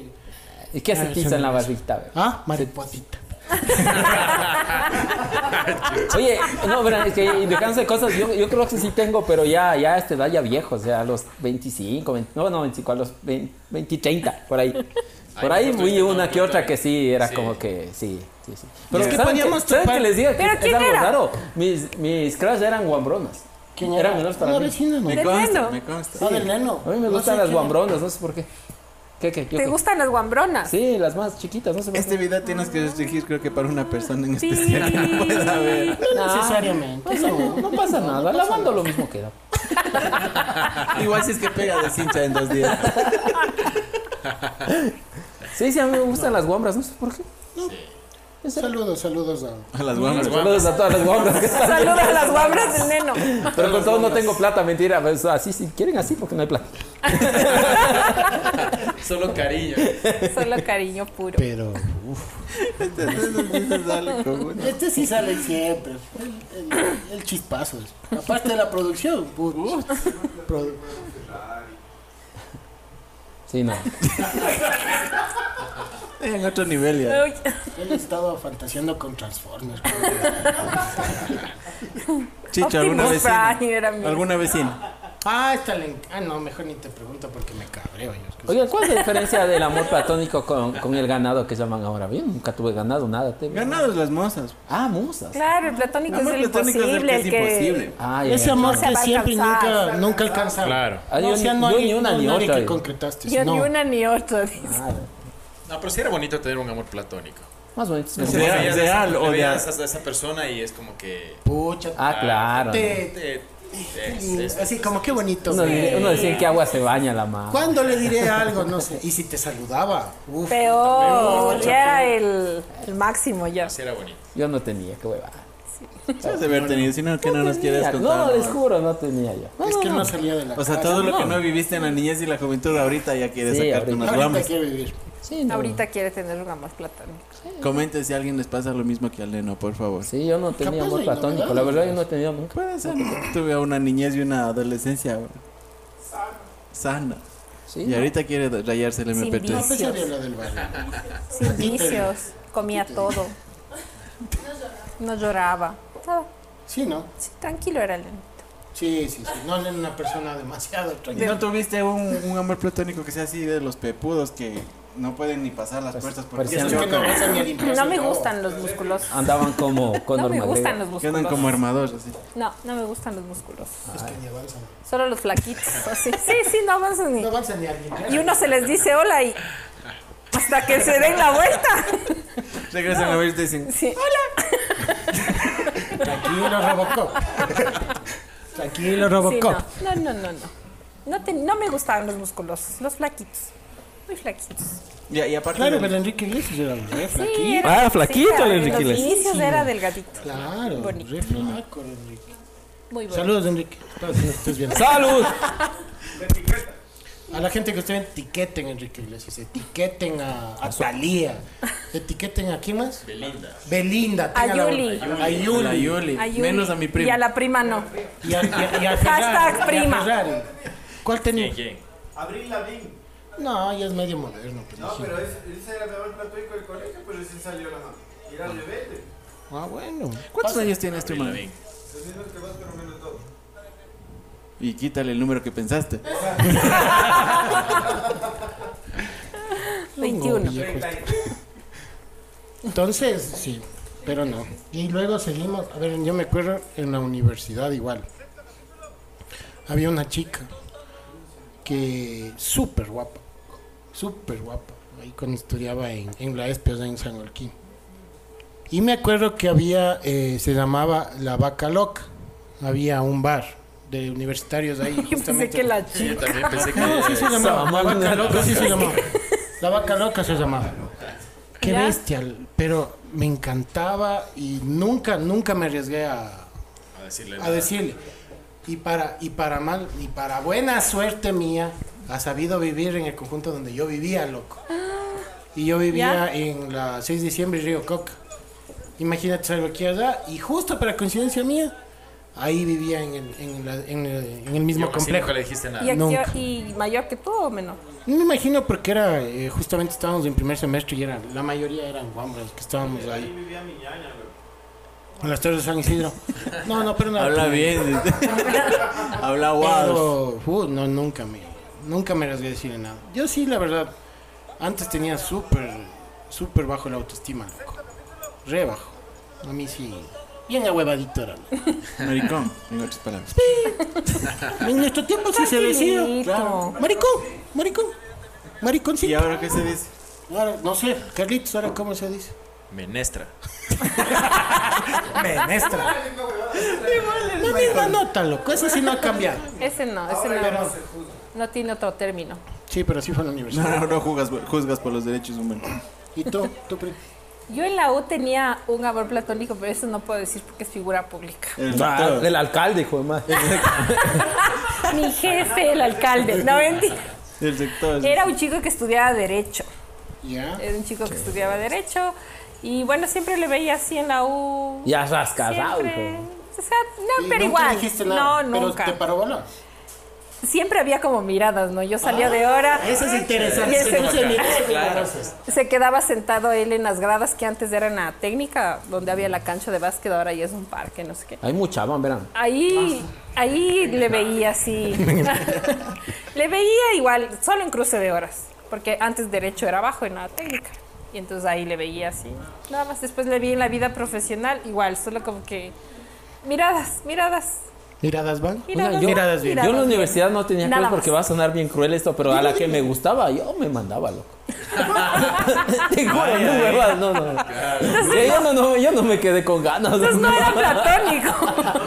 ¿Y qué hace
Ah,
tiza
se
en la
me-
barrita? ve?
Ah, mariposita.
Oye, no, verán, es que dejándose de cosas, yo, yo creo que sí tengo, pero ya, ya a esta edad ya viejo, o sea, a los 25, 20 no, no, 25, a los 20, 20, 30, por ahí. Por
Ay,
ahí
no,
vi
no,
una
no,
que
no,
otra
no.
que sí, era
Sí.
como que sí, sí, sí. Pero
Es que
¿saben
podíamos
¿saben
topar-
les digo que
¿Pero
es
quién
algo
era?
raro? Mis, mis crush eran guambronas.
¿Quién
eran
era?
menores para
Una
mí.
vecina, ¿no?
Me
Tremendo.
consta, me consta.
Ah, del neno.
A mí me
No
gustan
sé
las
quién era.
guambronas, no sé por qué. ¿Qué, qué? Yo
¿Te
qué.
gustan las guambronas?
Sí, las más chiquitas, no sé por
Este
qué.
video tienes que restringir creo que para una persona en
Sí.
especial que no pueda ver.
No necesariamente.
Pues no, no pasa nada, lavando lo mismo queda.
Igual si es que pega de cincha en dos días.
Sí, sí, a mí me gustan las guambras, no sé por qué.
Saludos, saludos a.
A las guambras.
Saludos a todas las guambras que están
Saludos a las guambras del neno.
Pero con todo no tengo plata, mentira. pues, así, si quieren así, porque no hay plata.
Solo cariño.
Solo cariño puro.
Pero. Este sí sale siempre. El, el- el chispazo. Aparte de la producción. put- produ-
Sí, no.
En otro nivel ya.
Uy,
Él estaba fantaseando con Transformers.
Chicho, alguna
Optimus
vecina.
Prime era mi-
Alguna vecina.
Ah, esta le... Ah, no, mejor ni te pregunto porque me cabreo. yo es que-
Oigan, ¿cuál es la diferencia del amor platónico con, con el ganado que llaman ahora? Bien, nunca tuve ganado, nada. te-
Ganados las mozas.
Ah, musas.
Claro, el platónico es
Amor
el
platónico es el
imposible.
que es imposible.
Ah, ya,
Ese
ya.
amor
No se
que
va a
siempre y nunca,
alcanzar.
nunca alcanzado.
Claro.
Ah, yo,
o sea,
ni-
no
yo
hay
ni una
no
ni
hay
otra.
que
yo.
concretaste.
Yo
no.
ni una ni otra. dice.
No, pero sí era bonito tener un amor platónico.
Más bonito. es
Sí.
mejor.
Le
Real,
veías-
real,
le
o de-
veías a esa persona y es como que. este,
Pucha.
Ah, claro.
te-
te- es-
y-
es-
así como qué bonito.
Uno, uno decía en qué agua se baña la madre.
¿Cuándo le diré algo? No sé. Y si te saludaba. Uf,
Peor, ya era el, el máximo ya.
así era bonito.
Yo no tenía, qué hueva.
Sabes de haber tenido, si no, que no nos quieres
Tenía,
contar.
No, les
¿no?
juro, no tenía yo. No,
Es
no,
que
no.
no salía de la
O sea,
casa.
todo lo que no viviste en la niñez y la juventud ahorita ya quieres
Sí,
sacarte
ahorita.
unas
Ahorita
guambras.
quiero vivir.
Sí, no.
Ahorita quiere tener un amor platónico.
Comente si a alguien les pasa lo mismo que al Neno, por favor.
Sí, yo no tenía
Capaz
amor
hay
platónico. La
novedades.
verdad, yo no he tenido nunca.
Puede ser. Tuve una niñez y una adolescencia sana.
Sí,
Y
no.
ahorita quiere rayarse el
Sin
No,
MP3.
vida.
pues sería lo del barrio.
Sin vicios, comía todo. No lloraba. Ah,
Sí, ¿no?
sí, tranquilo era el nenito.
Sí, sí, sí. No era una persona demasiado
¿Y
tranquila.
¿No tuviste un, un amor platónico que sea así de los pepudos que no pueden ni pasar las puertas porque
parecían
se
Es que no
chocan?
vas a ni a limpiarse,
No me
no.
gustan los musculosos.
Andaban como con
No me
Norma
gustan
Grega.
los
Quedan
musculosos.
como armados así.
No, no me gustan los musculosos.
Es que ni avanzan.
Solo los flaquitos. así. Sí, sí, no avanzan ni.
No avanzan ni a limpiarse.
Y uno se les dice hola y. Hasta que se den la vuelta.
Regresan a ver y te dicen,
Sí.
Tranquilo, Robocop. Tranquilo,
Sí,
Robocop.
no. no, no, no, no. No, te- no me gustaban los musculosos, los flaquitos. Muy flaquitos.
ya, y aparte
Claro,
del-
pero Enrique Iglesias era re flaquito.
Sí,
Ah,
sí,
flaquito
era-
el Enrique
En los
Iglesias.
inicios era delgadito.
Claro,
Bonito.
re flaco, Enrique.
Muy bueno.
Saludos, Enrique. Espero que nos estés viendo.
¡Salud!
A la gente que usted etiqueten a Enrique Iglesias, etiqueten a, a Talía, etiqueten a quién más?
Belinda.
Belinda,
A
tenga la-
Yuli.
a Yuli,
la Yuli.
A Yuli
Menos a mi primo.
Y a la prima no.
y a, y a- y a
Hashtag
Ferrari, y a
prima.
Ferrari. ¿Cuál tenía?
¿Quién, quién?
Abril Lavín.
No, ya es medio moderno. pues,
No,
dije.
pero es- él se graduó el platónico del colegio, pero recién salió la mamá. Y era rebelde.
Ah, bueno.
¿Cuántos
Pasa.
años tienes tú, man?
Los mismos que vos, pero menos dos.
Y quítale el número que pensaste.
21.
Viejo este.
33.
Entonces, sí, pero no. Y luego seguimos, a ver, yo me acuerdo en la universidad igual. Había una chica que súper guapa, súper guapa, ahí cuando estudiaba en, en la ESPE, o sea, en San Joaquín. Y me acuerdo que había, eh, se llamaba La Vaca Loca, había un bar de universitarios ahí.
Yo pensé
justamente.
que la
Sí, yo
chica.
también pensé que.
No, sí se llamaba. La vaca loca sí se llamaba. La vaca loca se llamaba. Qué
¿Ya?
bestia, pero me encantaba y nunca, nunca me arriesgué a,
A decirle.
a decirle. Y para, y para mal, y para buena suerte mía, ha sabido vivir en el conjunto donde yo vivía, loco. Y yo vivía en la 6 de diciembre, Río Coca. Imagínate salgo aquí allá, y justo para coincidencia mía, ahí vivía en el, en la- en el- en el
Yo
mismo
así
complejo.
nunca le dijiste nada.
¿Y, aquí-
Nunca.
¿Y mayor que tú o menor?
Me imagino porque era, eh, justamente estábamos en primer semestre y era, la mayoría eran hombres que estábamos
Ahí
ahí.
vivía mi ñaña, bro.
En las torres de San Isidro. No, no, pero no.
Habla bien. Habla guau.
Pero, uh, no, nunca me, nunca me arriesgué a decirle nada. Yo sí, la verdad, antes tenía súper, súper bajo la autoestima, loco. Re bajo. A mí sí, bien ahuevadito era. loco.
Maricón, en otras palabras.
En nuestro tiempo sí se decía.
Tranquilito.
claro. Maricón, maricón,
¿Y
mariconcito.
ahora qué se dice?
Ahora, no sé, Carlitos, ahora cómo se dice.
Menestra.
Menestra. La misma nota, loco. Eso sí no ha cambiado.
Ese no, ese no.
Pero-
No tiene otro término.
sí, pero sí fue en
No,
la universidad.
no, no juzgas, juzgas por los derechos humanos.
¿Y tú? ¿Tú, Pri?
Yo en la U tenía un amor platónico, pero eso no puedo decir porque es figura pública.
El
Ah,
doctor.
Del alcalde, hijo de madre.
Mi jefe, el alcalde. No, mentira.
El sector.
Era un chico que estudiaba Derecho.
¿Ya?
Era un chico que estudiaba Derecho. Y bueno, siempre le veía así en la U.
Ya rascasado,
Siempre.
hijo.
O sea,
Y
no,
nunca
pero igual.
dijiste nada,
no,
pero
nunca.
¿Te paró bola?
Siempre había como miradas, ¿no? Yo salía de hora.
Ah, Eso es interesante.
Y Ah, ese-
No se mira, claro.
Se quedaba sentado él en las gradas que antes eran la técnica, donde había la cancha de básquet, ahora ya es un parque, no sé qué.
Hay mucha, van, verán.
Ahí, ahí le veía así. le veía igual, solo en cruce de horas, porque antes derecho era bajo en la técnica. Y entonces ahí le veía así. Nada más después le vi en la vida profesional, igual, solo como que miradas, miradas,
¿Miradas van?
miradas.
yo,
miradas
yo en la universidad no tenía
Nada
cruz porque
más.
va a sonar bien cruel esto, pero a la que me gustaba yo me mandaba, loco. Te juro, no, huevas, no, no. Sí, Yo no, no, yo no me quedé con ganas.
Entonces no era platónico.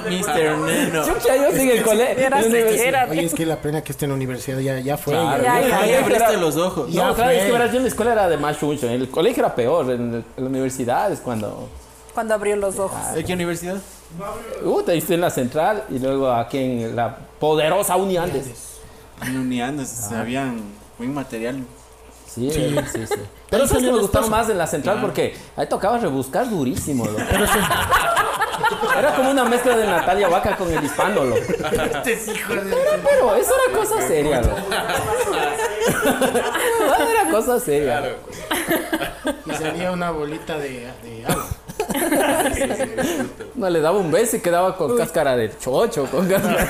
Mr. Neno.
Chucha, yo sin el colegio.
Era
en la universidad.
siquiera.
Oye, es que la pena que esté en la universidad ya, ya fue.
Claro.
ya.
Ya, ya,
Ahí
ya.
abriste los ojos.
Ya
No, claro, es
fue.
que verás, yo en la escuela era de más chuncho. En el colegio era peor. En, el- en la universidad es cuando.
Cuando abrió los ojos.
¿De qué universidad?
Uh, te diste en la central y luego aquí en la poderosa Uni Andes.
En Uniando, se habían buen material.
Sí, sí, sí.
Ahí
Pero eso
salió
me
el
gustaba
esposo.
más en la central porque ahí tocaba rebuscar durísimo. loco.
Pero sí,
Era como una mezcla de Natalia Vaca con el hispano, loco. Pero, pero, eso era cosa seria, loco. No, era cosa seria.
y salía una bolita de, de agua.
No, le daba un beso y quedaba con cáscara de chocho, con cáscara...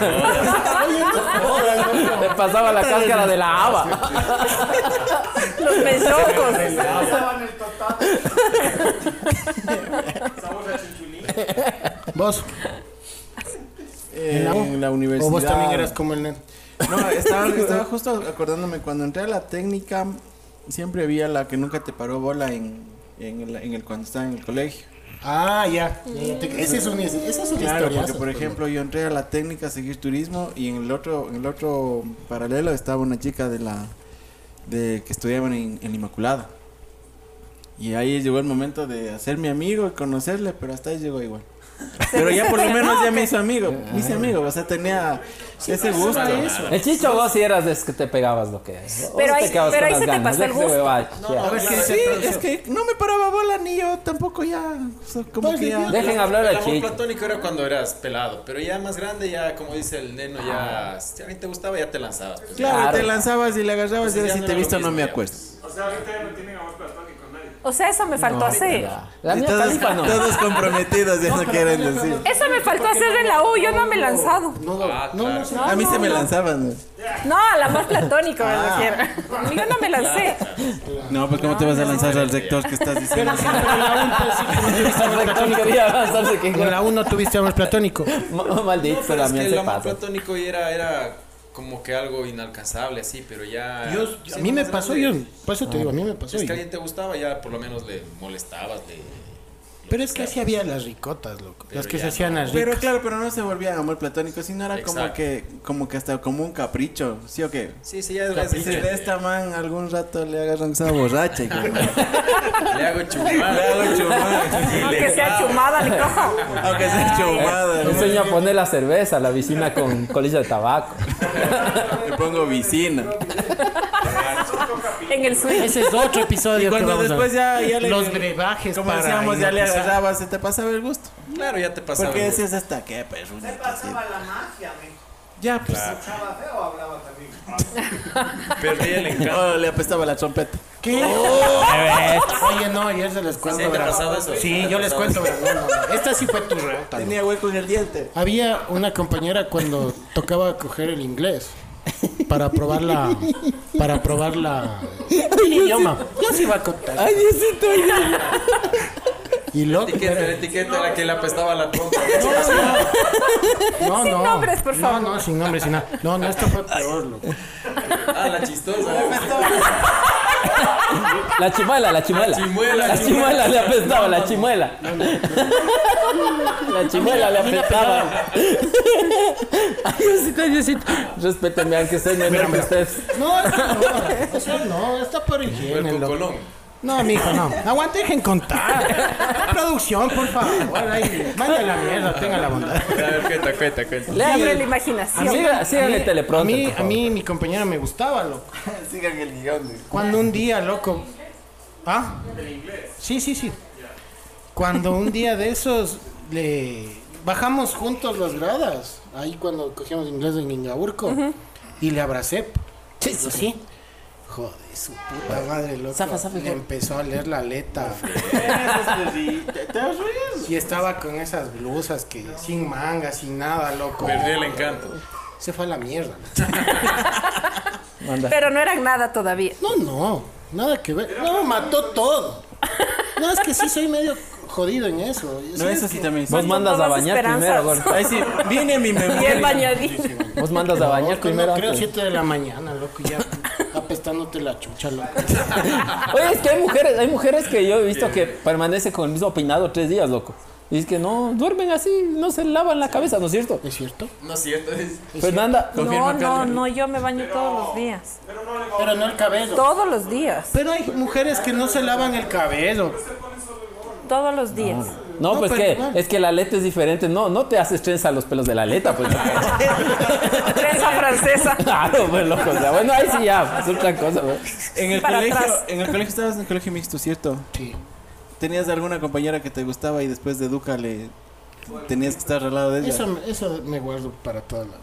Le pasaba la cáscara de la haba.
Los mechocos.
Pasaban el total. Sabor a chichulín.
¿Vos?
Eh,
la U?
en la universidad.
¿O vos también eras como el nene?
No, estaba, estaba justo acordándome, cuando entré a la técnica, siempre había la que nunca te paró bola en, en, el, en el- cuando estaba en el colegio.
Ah, ya. Ya, ya te- Esa es una, esa es una
Claro,
historia.
porque por ejemplo yo entré a la técnica a seguir turismo y en el otro, en el otro paralelo estaba una chica de la de que estudiaban en, en la Inmaculada. Y ahí llegó el momento de hacer mi amigo y conocerle, pero hasta ahí llegó igual. Pero ya por lo
Se
menos ya
enoja.
me hizo amigo. Me hice amigo, o sea, tenía ese gusto.
El chicho vos si eras de es que te pegabas lo que es. Vos
Pero
te
ahí-
quedabas
pero
con
ahí
las
se te
ganas,
pasó el
déjese de
gusto.
huevas, ya.
Ahora que sí, es que no me paraba bola ni yo tampoco ya. o sea, como que ya.
Dejen hablar al
El amor
chicho.
platónico era cuando eras pelado, pero ya más grande, ya como dice el neno, ya si a mí te gustaba, ya te lanzabas. pues.
Claro,
Claro.
te lanzabas y le agarrabas y
Entonces
ahora
ya
si
no
te he
era lo
visto no
mismo,
me
ya.
acuerdo.
O sea, ahorita ya no tienen amor platónico nadie.
O sea, eso me faltó hacer.
La
Y
mía
todos,
tarifa no.
todos comprometidos ya no quieren decir.
Eso me faltó hacer en la U, yo no me he lanzado.
No,
Ah,
no,
claro.
no, no.
A mí
no,
se me
no.
lanzaban.
No, al amor platónico me
Ah.
refiero. Yo no me lancé.
No, pues ¿cómo te vas a lanzar al rector que estás diciendo?
Rector quería avanzarse que
En la 1 tuviste amor platónico.
Ma- oh, Maldito,
No, pero
pero
es que
también
el
se
amor
pasa.
platónico ya era, era como que algo inalcanzable, así, pero ya.
Yo,
siendo
a mí me
más
pasó, yo,
grande,
por eso te digo, a mí me pasó.
Es
y-
que a alguien te gustaba, ya por lo menos le molestabas, le.
Pero es que así había las ricotas, loco. las que
ya
se hacían las
Pero
ricas.
claro, pero no se volvía amor platónico, sino era como
Exacto.
que, como que hasta como un capricho, ¿sí o qué?
Sí, sí, ya es
Si se de esta man algún rato le agarran esa borracha y que-
Le hago chumar.
Le hago chumar.
Aunque sea chumada, le cojo.
Aunque sea chumada.
Me
¿no?
enseñó a poner la cerveza, a la vicina con colilla de tabaco.
Le pongo vicina.
En el sueño.
Ese es otro episodio.
Y
que
cuando
vamos a-
después ya, ya le.
Los brebajes
Como
para
decíamos, ya le
hipnotizar.
agarraba, se te pasaba el gusto.
Claro, ya te pasaba.
Porque
el
ese es hasta qué, perro.
Se pasaba la magia, me
Ya, pues.
escuchaba feo o hablaba también.
gusto. Perdí el encanto.
Oh, le apestaba la trompeta.
¿Qué? eh, Oye, no, ayer se les
¿Sí
cuento.
te ha
¿verdad?
pasado eso?
Sí, yo les cuento. ¿verdad? No, no, no. Esta sí fue tu reota. loco.
Tenía hueco en el diente.
Había una compañera cuando tocaba coger el inglés para probar la para probar la el idioma. Yo sí iba a contar.
Ay, Diosito,
Y loco,
Etiqueta, la etiqueta era que le apestaba la trompa.
no,
Sin
no.
nombres, por favor.
No, no, sin nombres, sin nada. No, no, esto fue peor, loco.
Ah, la chistosa.
La chimuela, la chimuela.
Ah,
La chimuela,
La chimuela le apestaba, la chimuela. La chimuela le apestaba. Ay, Diosito, Diosito. Respétenme, aunque soy menor que ustedes.
No, esto no, o sea, no, está por higiene,
El
loco.
Colón.
No, mijo, no. Aguante, dejen contar. Producción, por favor. Ahí, mande la mierda, tenga la bondad.
A ver, cuenta, cuenta, cuenta.
Le abre la
A mí-
imaginación.
Siga- sigan
a mí-
el
A
teleprompter,
mí,
por
a
favor.
mí mi compañera me gustaba, loco.
Sigan el guión.
Cuando un día, loco. ¿Ah? Sí, sí, sí. Cuando un día de esos le bajamos juntos las gradas, ahí cuando cogíamos inglés en Ingaburco, y le abracé. Sí, sí, Joder, su puta madre, loco.
Zafa, zafa,
le
hijo.
empezó a leer la aleta.
¿Te has reído?
Y estaba con esas blusas que sin manga, sin nada, loco.
Perdí el encanto.
Se fue a la mierda.
Manda.
Pero no eran nada todavía.
No, no, nada que ver. No, mató todo. No, es que sí soy medio jodido en eso. Sí,
No, eso
es
sí
que-
también.
Vos mandas a
todas
bañar
esperanzas.
primero, gordo.
Ahí sí, viene mi
Bien
memoria.
bañadito.
Vos mandas a bañar
Loco, no
primero.
creo
antes.
7 de la mañana, loco, ya apestándote la chucha, loco.
Oye, es que hay mujeres, hay mujeres que yo he visto que permanecen con el mismo peinado tres días, loco. Y es que no, duermen así, no se lavan la cabeza, ¿no es cierto?
¿Es cierto?
No es cierto. es-
Fernanda,
No, no, no, yo me baño todos los días.
Pero no el cabello.
Todos los días.
Pero hay mujeres que no se lavan el cabello.
Todos los días.
no,
No,
pues
pero
que
igual.
es que la aleta es diferente. No, no te haces trenza a los pelos de la aleta, pues.
Trenza francesa.
claro, pues loco. O sea, bueno, ahí sí ya, es otra cosa, pues.
En el,
Para
colegio,
atrás.
en el colegio estabas en el colegio mixto, ¿cierto?
Sí.
¿Tenías alguna compañera que te gustaba y después de Duca le tenías que estar al lado de ella?
Eso, me- eso me guardo para toda la vida.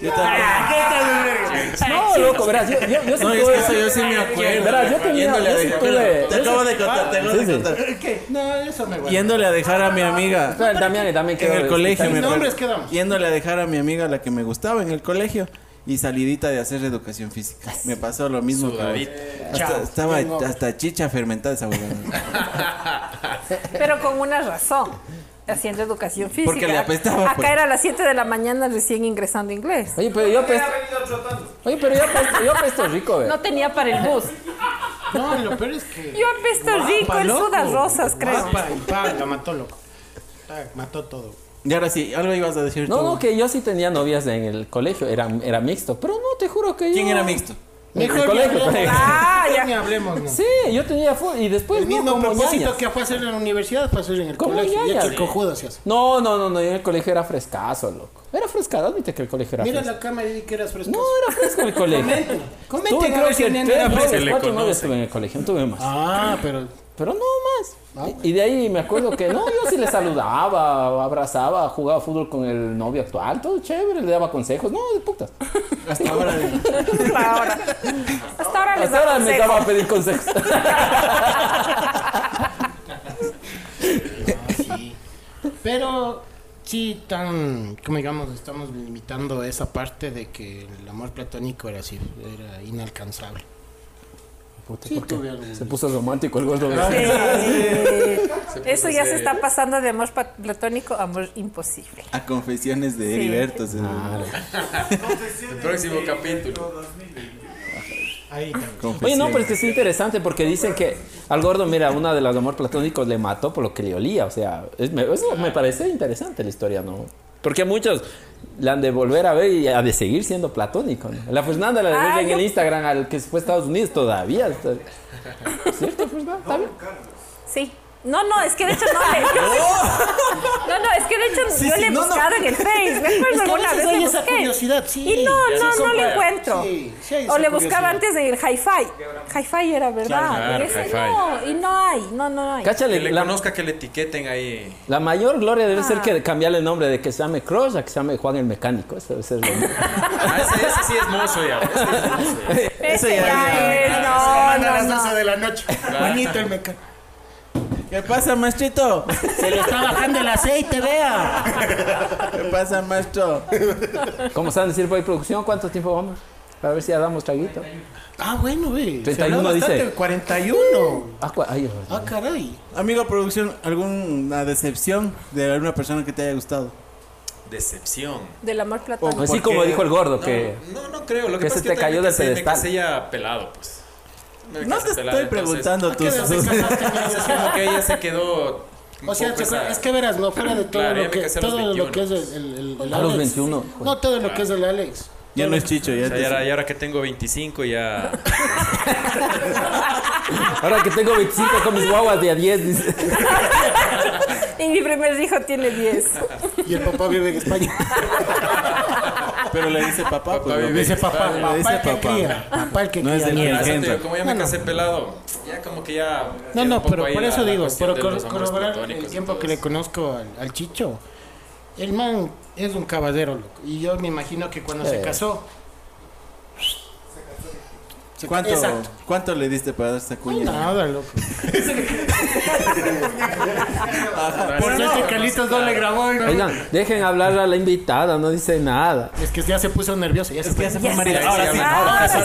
Yo
Ah,
también.
No, loco, verás, yo, yo, yo sí
No, es
tuve-
que eso yo sí me acuerdo.
Verás, Ah, yo tenía,
Yéndole a
yo sí
dejar-
tuve.
Te acabo de contar, te acabo de
Sí, sí.
contar.
¿Qué? No, eso me guardo.
Yéndole a dejar a mi amiga.
No, el Damián, el
en
Damián quedó-
el colegio,
Sin
me
nombres
acuerdo.
quedamos.
Yéndole a dejar a mi amiga la que me gustaba en el colegio y salidita de hacer educación física. Me pasó lo mismo. que vos.
Sudadito.
Hasta-
Chao.
estaba
Tengo-
hasta chicha fermentada esa huevada.
Pero con una razón. Haciendo educación física.
Porque le apestaba,
Acá
pues.
era a las 7 de la mañana recién ingresando inglés.
Oye, pero yo pesto, oye, pero yo pesto, yo pesto rico,
eh.
ve.
No tenía para el bus.
No, lo peor es que.
Yo apesto rico
Guapa,
en
loco.
sudas rosas, creo.
Guapa, y pa, la mató, loco. Ah, mató todo.
Y ahora sí, algo ibas a decir
No,
tú.
no, que yo sí tenía novias en el colegio, era, era mixto, pero no, te juro que yo...
¿Quién era mixto?
el
Mejor ni
colegio,
hablemos.
colegio.
Ah,
Mejor
ya.
ni hablemos, ¿no?
Sí, yo tenía fútbol. Y después
El
no,
mismo
como
propósito
ñañas.
que fue hacer en la universidad, fue hacer en el
Como
colegio. Y
ñañas.
que el cojudo se hace.
No, no, no, no. Yo en el colegio era frescazo, loco. Era frescado, admite que el colegio era
Mira
fresco.
la cámara y di que eras fresco.
No, era fresco el colegio.
comenten
Tuve
a
creo
ver si
que
el nene
tres
era
novios,
fresco. Se le
cuatro novios
conoce.
tuve en el colegio, no tuve más.
Ah, pero
Pero no más. Y de ahí me acuerdo que no, yo sí le saludaba, abrazaba, jugaba fútbol con el novio actual, todo chévere, le daba consejos. No, de putas.
Hasta ahora.
Hasta ahora. Hasta ahora les
Hasta
da
ahora me
consejo.
Ah, daba a pedir consejos.
ah, Pero sí, tan, como digamos, estamos limitando esa parte de que el amor platónico era así, era inalcanzable.
Puta,
Sí,
¿por qué?
tuve algo.
Se puso romántico el gordo.
Sí.
puso
Eso ya se
serio.
está pasando de amor pa- platónico a amor imposible.
A confesiones de Heriberto. se-
El próximo capítulo.
Ahí también.
Oye, no,
confesiones.
pero es que es interesante porque dicen que al gordo, mira, una de las amor platónicos le mató por lo que le olía. O sea, es- me, eso me parece interesante la historia, ¿no? Porque muchos la han de volver a ver y ha de seguir siendo platónico. ¿no? La Fernanda la
Ah,
ve en
yo-
el Instagram al que se fue a Estados Unidos todavía. está- ¿Cierto, Fernanda? ¿Está bien?
Sí. No, no, es que de hecho no le. No, no, es que de hecho yo le he
no, no.
buscado en el Face. Me acuerdo
Es que a
alguna
veces
vez
hay
le
esa
busqué.
curiosidad, sí.
Y no,
Ya
no,
se
no lo
compara.
encuentro.
Sí, sí hay esa
o le buscaba
curiosidad.
antes en el hi-fi. Hi-fi era verdad.
Claro,
y ese
hi-fi.
no, y no hay, no, no hay.
Que
Cáchale,
le
la,
conozca que le etiqueten ahí.
la mayor gloria debe ser
Ah.
que cambiarle el nombre de que se llame Cross a que se llame Juan el Mecánico. Eso debe ser lo mismo.
Ah, ese, ese sí es mozo ya. ese sí es mozo ya.
Ese ya, es,
Semana a
no,
las
no,
12
no.
de la noche. Juanito el mecánico.
¿Qué pasa, maestrito?
Se le está bajando el aceite, vea.
¿Qué pasa, maestro?
¿Cómo saben decir por producción? ¿Cuánto tiempo vamos? Para ver si ya damos traguito.
Ah, bueno, ve.
31
Se habló bastante,
dice.
41.
Ah, cua- ay, Dios.
Ah, caray.
Amigo producción, ¿alguna decepción de alguna persona que te haya gustado?
Decepción.
Del amor platónico.
Así
Porque-
como dijo el gordo, que
No, no, no creo. Lo
que
que, pasa
se
es que
te
yo
cayó
también
del
casé- me
pedestal.
casé ya pelado, pues. Me
No
casé
te
pelado,
estoy
entonces-
preguntando tus...
Entonces, como que ella se quedó. un
O sea,
poco
te-
esa-
es que verás, no fuera de todo,
Claro, ya
lo,
me
que,
casé a los
todo lo que es
21.
el, el, el- el
A los
Alex.
21,
No, todo lo que es el Alex.
Ya no es chicho,
o
ya
sea,
te-
y ahora, y ahora que tengo 25 ya...
ahora que tengo 25 con mis guaguas de a 10, dice.
Y mi primer hijo tiene 10.
Y el papá vive en España.
Pero le dice papá,
Papá
pues, lo
vive
mismo.
Dice papá,
Le
papá
dice
el que
papá.
cría. Papá el que
No es
cría.
del
mira.
Por eso te digo,
gente.
como ya me casé pelado, ya como que ya...
No,
queda un
no,
poco
pero
ahí
por
la-
eso
la
digo,
cuestión
pero
de
cor-
los amores
corroborar el
platónicos y
tiempo
todo
que le
eso.
conozco al, al Chicho, el man es un caballero, loco. Y yo me imagino que cuando se
Eh.
casó. Se-
¿Cuánto,
Exacto.
¿Cuánto le diste para dar esta cuña?
Nada, loco. Por
Pero
eso
no,
que Carlitos no le grabó. ¿no?
Oigan, dejen hablar a la invitada, no dice nada.
Es que ya se puso nervioso. Ya se fue.
se
Ya sé.
Ahora sí,
Ahora sí.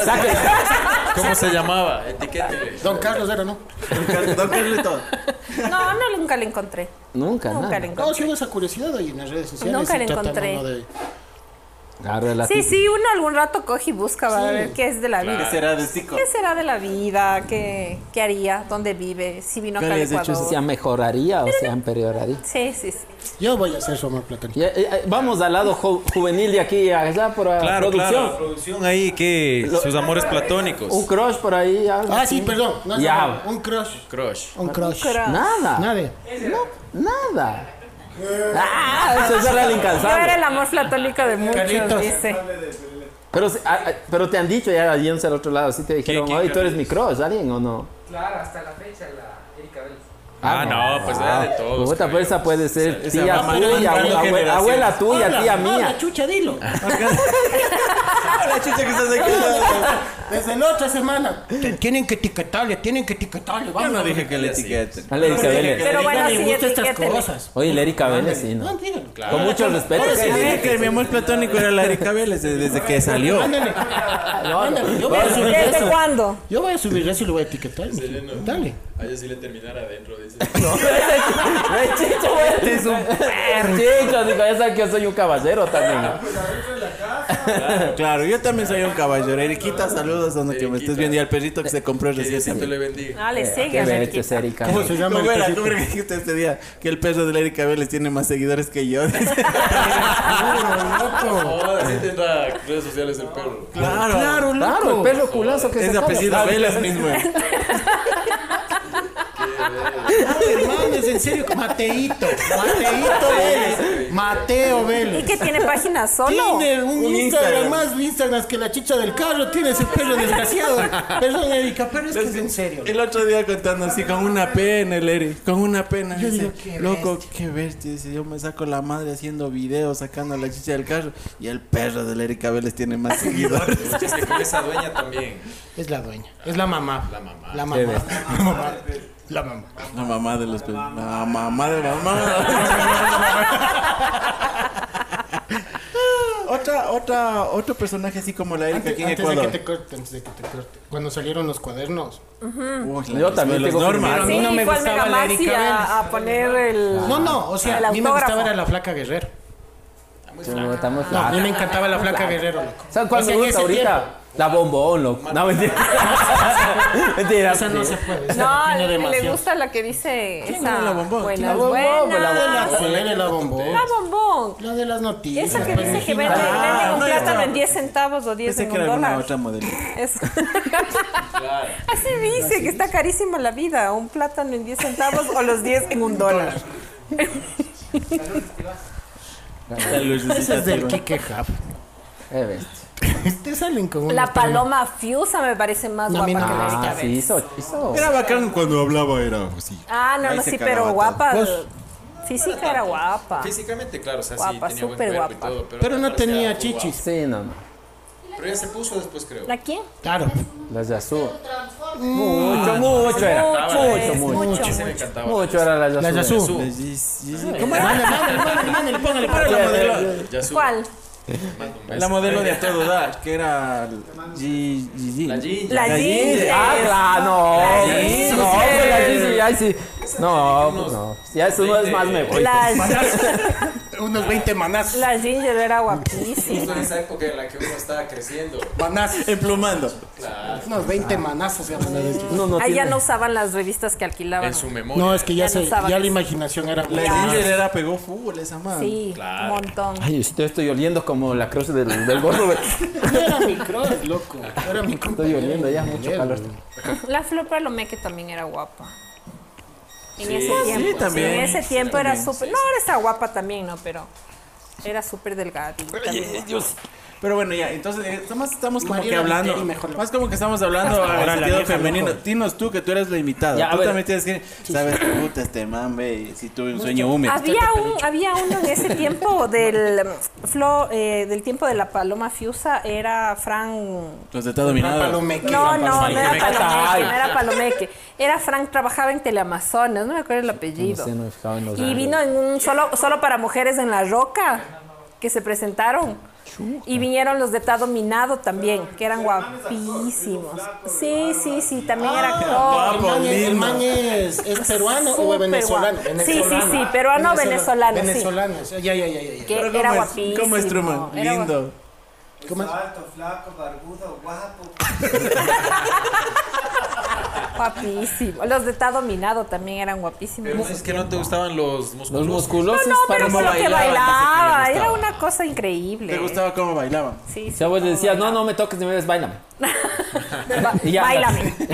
¿Cómo se llamaba? Etiquétele.
Don Carlos era, ¿no?
Don Carlito.
No, no, nunca le encontré.
Nunca,
Nunca le
nada.
No,
encontré.
sí hubo esa curiosidad ahí en las redes sociales.
Nunca
y
le
tratan
encontré.
uno de-
Agarra la
Sí,
tipa.
sí, uno algún rato coge y busca para
Sí.
ver qué es de la vida.
¿Qué será de Zico?
¿Qué será de la vida? ¿Qué, qué haría? ¿Dónde vive? ¿Si vino acá
¿Qué
al
le has hecho?
O sea,
Ecuador?
mejoraría o sea, empeoraría.
Sí, sí, sí.
Yo voy a hacer su amor platónico.
Ya, eh, eh, vamos al lado ju- juvenil de aquí, allá por la
Claro,
producción.
claro. la producción ahí que sus amores platónicos.
Un crush por ahí. algo
Ah,
así.
sí, perdón. No, es
Ya.
amor, Un crush.
Crush.
Un crush.
Pero
Nada.
Nadie.
Nada. Ah, eso es real
yo era
incansable.
el amor platónico de muchos,
Carlitos.
dice.
Pero, si- ah, ah, pero te han dicho ya yéndose al otro lado, sí te dijeron,
quién
oye, tú
crees?
eres mi crush, ¿alguien o no?
Claro, hasta la fecha la Erika Vélez.
Ah, no, pues era de todos.
Puta,
creo.
pues esa puede ser tía
va
tuya,
marcando
abue- abue-
generaciones.
abuela tuya,
Habla,
tía
habla,
mía.
chucha, dilo.
Hola, chucha, que estás aquí.
Desde la otra semana. Te- Tienen que etiquetarle, tienen que etiquetarle.
Yo
Vamos.
no dije que le etiqueten.
Dale, Erika Vélez.
Pero bueno,
me
sí,
gustan estas
etiquétele.
cosas.
Oye, la Erika Vélez, sí,
No,
¿no?
dígalo.
Con mucho respeto.
Yo dije que mi amor platónico era la Erika Vélez desde, desde que salió.
Ándale. Ándale, Yo voy a subir
¿Desde
eso.
cuándo?
Yo voy a subir eso y lo voy a etiquetar. mijo.
Selena.
Dale.
Ah, yo sí le terminara adentro, dice.
Ay, Chicho, güey, este es un perro. Chicho, digo, ya sabes que yo soy un caballero también.
Claro, yo también soy un caballero. Eriquita, saludos. saludos donde que me estés viendo y al perrito que se compró
Que
recién.
Diosito le
también.
bendiga.
Ah, le
Eh,
sigue
qué
a
bien
Ricky.
hecho, Erika.
¿Cómo se llama el
¿Cómo era?
perrito?
¿Cómo era que dijiste este día? Que el perro de la Erika Vélez tiene más seguidores que yo. Dice,
Ahora sí tendrá redes sociales del perro.
claro.
Claro,
Claro, el
loco.
perro culazo que
Es
se
apellido
come.
Vélez mismo.
Ah, hermano, es en serio, Mateito. Mateito Vélez. Mateo
¿Y
Vélez.
que tiene página solo?
Tiene un,
Un
Instagram,
Instagram.
más Instagram que la chicha del carro. Tiene ese perro desgraciado. Perdón, Erika, pero es que es en serio.
El otro día contando así, con una pena, el Eric, con una pena.
Yo
dice,
digo, qué
loco, qué bestia. Dice, yo me saco la madre haciendo videos, sacando la chicha del carro. Y el perro del Erika Vélez tiene más seguidores.
Es que Este, con esa dueña también.
Es la dueña, es la mamá. La
mamá.
La mamá. La mamá. La mamá.
La mamá de los perros. La mamá de la mamá. otra, otra, otro personaje así como la Erika
Antes,
aquí en
antes de que
Ecuador.
te corte, antes de que te corte. Cuando salieron los cuadernos. Mm.
Uy, la
Yo
que
también
sube los
tengo
normas.
A
Sí,
mí no me
fue al
gustaba
Mega
la
Maxi
Erika
a,
Vélez.
a poner el.
No, no, o sea,
Ah, El
a mí me gustaba
autógrafo. Ah.
era la flaca guerrero.
Chuta, está muy
No, a mí
flaco.
me encantaba la flaca guerrero, loco.
¿Sabes cuál
O sea,
me
en ese
gusta ahorita?
tiempo.
La bombón, loco. No, mentira. mentira.
Esa no se puede. esa
No,
tiene
le, le
demasiado.
gusta la que dice
¿Quién
esa.
era la bombón?
Buenas,
La bombón,
buenas.
la
La
La
de la bombón.
bombón.
La de las noticias.
Esa que
pues,
dice que
Regina.
vende, vende un
no,
plátano
no.
en 10 centavos o 10
Pensé
en
que
un
era alguna
dólar.
otra modelo.
Eso. Así dice que está carísima la vida. Un plátano en 10 centavos o los 10 en un dólar.
La lucecita
Esa es del
azul.
Kike Hub.
Eh, bestia.
Te salen como unos
La paloma fiusa me parece más
No, a mí
guapa que
no
la
me gusta.
Ah,
Erika
sí,
Vélez.
hizo, hizo.
Era bacán cuando hablaba, era así.
Ah, no,
Ahí
no,
se
sí,
cagaba
pero
todo.
guapa.
Pues-
Física era guapa.
Físicamente, claro, o sea,
Guapa,
sí tenía buen
súper
cuerpo y
guapa.
todo. Pero,
Pero
me
no
parecía
tenía
muy
chichis.
Sí, no, no.
guapa. Pero ella se puso después, creo.
¿La quién?
Claro.
Las de azul. Mucho, mucho pues, era.
Estaba
Mucho,
la-
es,
mucho,
Sí,
mucho,
se me encantaba.
Mucho era las de azul.
Las Yasu.
Les dis- dis-
¿Cómo era? Mándale, mándale, mándale, póngale, póngale la modelo.
Yasu,
¿Cuál?
manda un beso.
La modelo
eh,
de a todo dar, que era G- Gigi.
La Ginger.
La
La
Ginger.
Ginger.
Ah, claro, no. No, pues la Gigi ya sí. No, pues no. Si ya eso no es más, me voy.
La,
Unos 20 manazos.
la Ginger era
Justo
guapísima.
en esa época en la que uno estaba creciendo.
Manazos.
Emplumando.
Unos 20 manazos. ya mandaron.
No, no
Ahí ya
tiene.
no usaban las revistas que alquilaban.
En su memoria.
No, es que ya,
Ya no
se,
usaba
ya
eso.
la imaginación era
La
mucho más.
Ginger era pegó fútbol esa madre.
Sí, un montón.
Ay, yo sí te estoy oliendo como la cruz del, del gorro. güey.
No era mi cross, loco. No Era mi
Estoy oliendo ya mucho calor.
La Flor Palomeque también era guapa. En ese tiempo.
sí, también.
En ese tiempo era súper. No, ahora está guapa también, ¿no? Pero era súper delgada.
Pero bueno, ya, entonces, eh, estamos, estamos como
Mariela
que hablando.
Viteri, mejor la-
Más como que estamos hablando al
ahora la
sentido
vieja
femenino.
mejor.
Dinos tú que tú eres la invitada.
Ya, a
tú
ver.
también tienes que. Sabes, puta, este man, ve, si tuve un sueño húmedo.
Había, un, había uno en ese tiempo del mm, Flo, eh, del tiempo de la Paloma Fiusa, era Fran
Los de todo dominado.
Palomeque.
No, no, no era
Palomeque.
Palomeque,
Ay.
no era Palomeque. Era Frank, trabajaba en Teleamazonas, no me acuerdo el apellido.
No sé, no me fijaba en los
y
horarios.
vino en un solo, solo para mujeres en La Roca, que se presentaron. Y vinieron los de Ta Dominado también, que eran guapísimos. Sí, sí, sí, también era actor.
El man, es, el
lindo.
man es- es peruano o
Súper
venezolano.
guapo.
venezolano.
Sí, sí, sí, peruano, venezolano, sí.
Venezolano, sí. ya, ya, ya, ya, ya.
Que
Pero
era
¿cómo es?
guapísimo.
¿Cómo es Truman?
era guap-
Lindo.
¿Cómo es?
Alto, flaco, barbudo, guapo.
Guapísimo. Los de Ta Dominado también eran guapísimos.
Pero no es que no te gustaban los
Los
musculosos.
musculosos
No, pero
para
con lo que bailaba,
bailaba, no sé qué le
era
gustaba.
una cosa increíble.
¿Te gustaba cómo bailaban?
Sí, sí,
Si a vos le
cómo
decías,
bailaba.
pues, no, no me toques ni me ves, bailame.
Ba-
Y ya.
Báilame.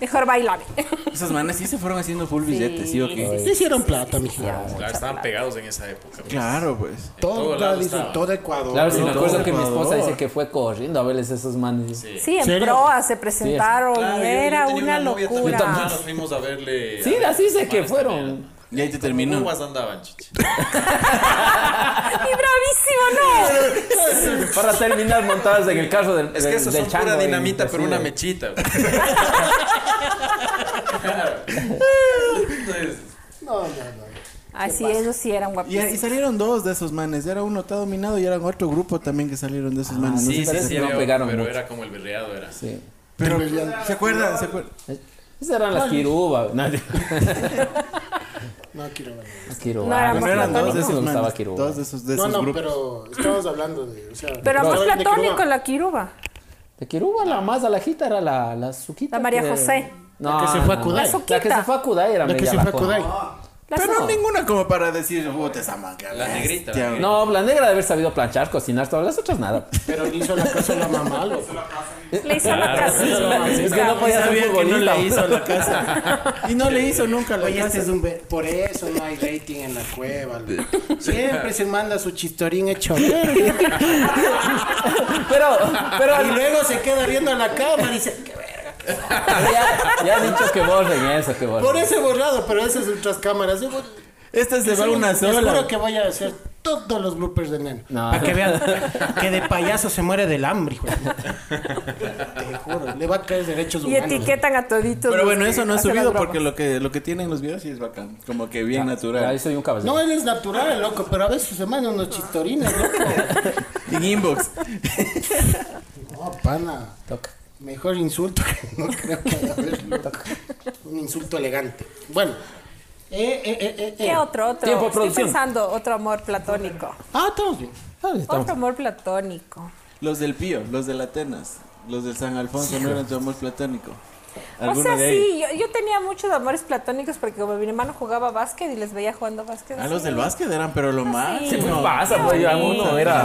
Mejor bailame.
Esos manes sí se fueron haciendo full billetes, ¿sí o qué?
Se hicieron plata, mijita.
Claro, estaban pegados en esa época. pues.
Claro, pues.
En todo
Toda,
lado
dice,
estaba.
todo Ecuador.
Claro, sí, me
no,
acuerdo
no,
que mi esposa
Ecuador.
dice que fue corriendo a verles esos manes. Sí.
Sí, en
¿Serio?
proa se presentaron.
Claro, yo- yo
era
tenía
una,
novia también,
locura.
Nos fuimos a verle. a-
así sé que fueron.
Y ahí te
¿Cómo
terminó.
guas andaban, chichi?
¡Y bravísimo, no!
Para terminar montadas en el carro del
Es que
del-
eso
del
son
chango
pura
en-
dinamita, pero
sí.
una mechita. güey. Claro. Entonces,
No, no, no.
Ah, sí, ellos sí eran
Y,
guapísimos.
y salieron dos de esos manes. Era uno está dominado y era otro grupo también que salieron de esos manes.
sí,
Sí,
no sé
sí,
pero
si-
sí,
no
había-
pegaron
pero
mucho.
era como el berreado, era.
Sí.
Pero, ¿se acuerdan? ¿Se acuerdan?
Esas eran las quirubas. No, las
No quiero hablar.
quirubas.
No, éramos
Ah, No,
Pero eran dos de
no, no me
esos
gustaba
manes.
quirubas.
Dos de esos, de
No,
esos
no,
grupos.
pero estamos hablando de. O sea,
Pero
de- de
más
Cuba.
platónico la Kiruba.
De Quiruba, la más a la jita era la, la Suquita.
La María
que-
José.
No,
La que se fue a
no,
Kudai.
La
no.
Suquita.
La que se fue a Kudai era
La que
media
se fue a
bajona.
Kudai.
La
Pero
sopa.
ninguna como para decir, puta esa manca.
La negrita, la negrita.
No, la negra de haber sabido planchar, cocinar, todas las otras nada.
Pero le hizo la casa a la mamá, loco.
Le hizo la casita.
Es que no podía ser
Sabía que no
futbolista.
le hizo la casa. Y no le hizo nunca la
Oye,
casa.
este es un ver- Por eso no hay rating en la cueva. loco. Siempre se manda su chistorín hecho verga.
Pero, pero
Y luego se queda viendo a la cámara y dice, "Qué verga".
ya, ya han dicho que borren eso, que borren.
Por eso he borrado, pero esas otras cámaras. Yo voy-
Esta se va una
Les juro
sola.
que voy a hacer todos los bloopers de neno.
No.
Para que vean que de payaso se muere del hambre, hijo de puta. Te juro, le va a caer derechos
Y
humanos.
etiquetan a toditos.
Pero
los
bueno,
que
eso no es
hacen las
subido
bromas.
porque lo que, lo que tienen los videos sí es bacán. Como que bien
Ahí
natural.
soy un caballero.
No, él es natural, loco, pero a veces se mandan unos chistorines, loco.
En inbox.
No, pana.
Toca.
Mejor insulto que no creo que haya habido. Un insulto elegante. Bueno. Eh, eh, eh, eh, eh.
¿Qué otro? otro?
Tiempo,
Estoy
producción.
pensando otro amor platónico.
Ah, estamos bien.
Otro amor platónico.
Los del Pío, los del Atenas, los del San Alfonso no eran tu amor platónico.
O
¿Alguno
sea,
de ellos?
sí, yo, yo tenía muchos amores platónicos porque como mi hermano jugaba básquet y les veía jugando básquet.
Ah,
así.
los del básquet eran, pero lo
¿Qué
máximo.
pasa? Pues yo a uno era.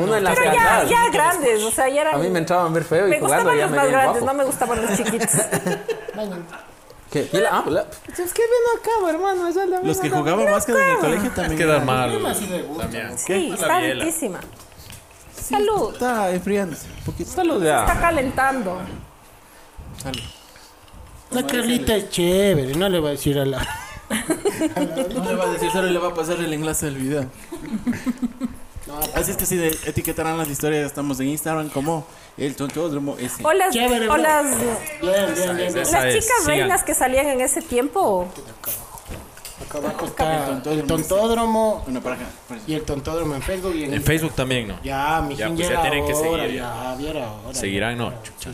Uno en las
Pero ya,
cantadas.
ya grandes, o sea, ya eran...
A mí me entraban ver feo
me
y jugando
gustaban
ya
los
me
más
veían
grandes,
guapo.
no me gustaban los chiquitos.
¿Qué? ¿Y la- ah, la- Es que ven acá, hermano. esa es la
Los
misma
que
cosa.
jugaban básquet en el colegio
Es
también.
que da mal.
Así de gusto.
Damián.
Sí,
La
está
biela.
riquísima.
Ah.
Salud.
Está enfriándose un poquito.
Salud ya.
Está calentando.
La Carlita es chévere, no le va a decir a la.
No le va a decir, solo le va a pasar el enlace del video. Así es que si de- etiquetarán las historias, estamos en Instagram como el tontódromo ese.
O las,
Chévere,
o
bro.
las,
Bien, bien, bien. bien.
Esa
las
es,
chicas
sigan.
reinas que salían en ese tiempo.
Acá abajo está
tontódromo.
el tontódromo
Bueno, para acá. por eso.
y el tontódromo en Facebook y en,
En Facebook también, ¿no?
Ya, mi
Ya,
ya,
pues ya
era
tienen que
hora,
seguir,
ya, ya era hora.
Seguirán, no. Chucha.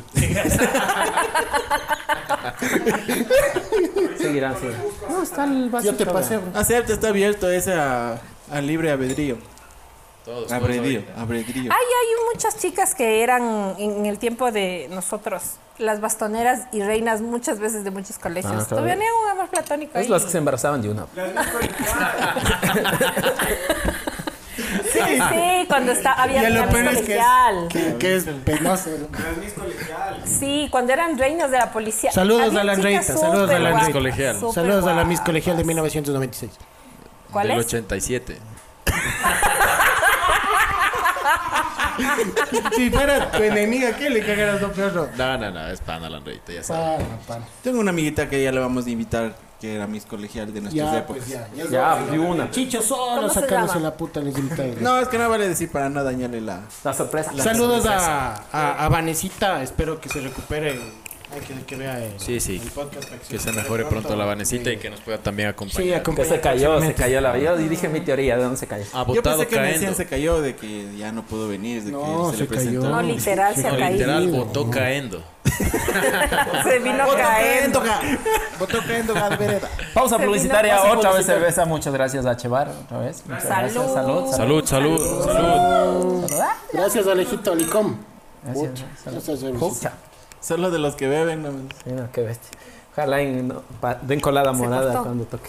Seguirán, sí. No, está el básico.
Yo te pasé, bro.
Acepta, está abierto ese a, a libre albedrío.
Todos.
Abredío, abredrío.
Ay, hay muchas chicas que eran en el tiempo de nosotros, las bastoneras y reinas muchas veces de muchos colegios.
Ah, claro.
Todavía no hay un amor platónico ahí.
Es las que se embarazaban de una.
Sí, sí, cuando está, había
Ya lo
dinámica
peor es que
colegial.
es, que, que es penoso. ¿no?
Sí, cuando eran reinas de la policía.
Saludos
Había
a la
chicas
reina,
súper
saludos a la
guapas,
reina. Colegial.
súper
Saludos a la Miss
guapas.
Colegial de 1996.
¿Cuál
del
es?
87.
Si fuera tu enemiga, ¿qué le cagaras lo perro?
No, no, no, es pana la reita, ya sabes.
Pana, pana.
Tengo una amiguita que ya le vamos a invitar, que era mis colegial de nuestras
Ya,
épocas.
pues ya. ya.
Ya, de una.
Chicho solo
¿Cómo se
sacándose
llama?
la puta les invitados.
No, es que no vale decir para no dañarle la.
La sorpresa.
Saludos a, a, a Vanesita, espero que se recupere. Hay que, que vea el,
Sí, sí.
el podcast. para
Que se mejore pronto la vanecita y que nos pueda también
Sí,
acompañar.
Que
acompaña.
se cayó, se cayó la. Yo dije mi teoría de dónde se cayó.
Ha
Yo
botado
pensé que me decían
Ah, caendo.
se cayó de que ya no pudo venir, de
No,
que se, le
se cayó.
presentó.
No, literal, se ha
No,
caído.
literal, botó caendo.
Se vino cayendo.
Botó cayendo la vereda.
Pausa
Se
publicitaria,
vino-
otra vez cerveza. Muchas gracias a Chevar, otra vez. Muchas gracias. Salud.
Salud, salud, salud.
Gracias, Alejito Licom.
Gracias.
Gracias,
Pucha.
Solo de los que beben. no.
Mira, qué bestia. Ojalá en- no, pa- den colada morada
cortó.
cuando toque.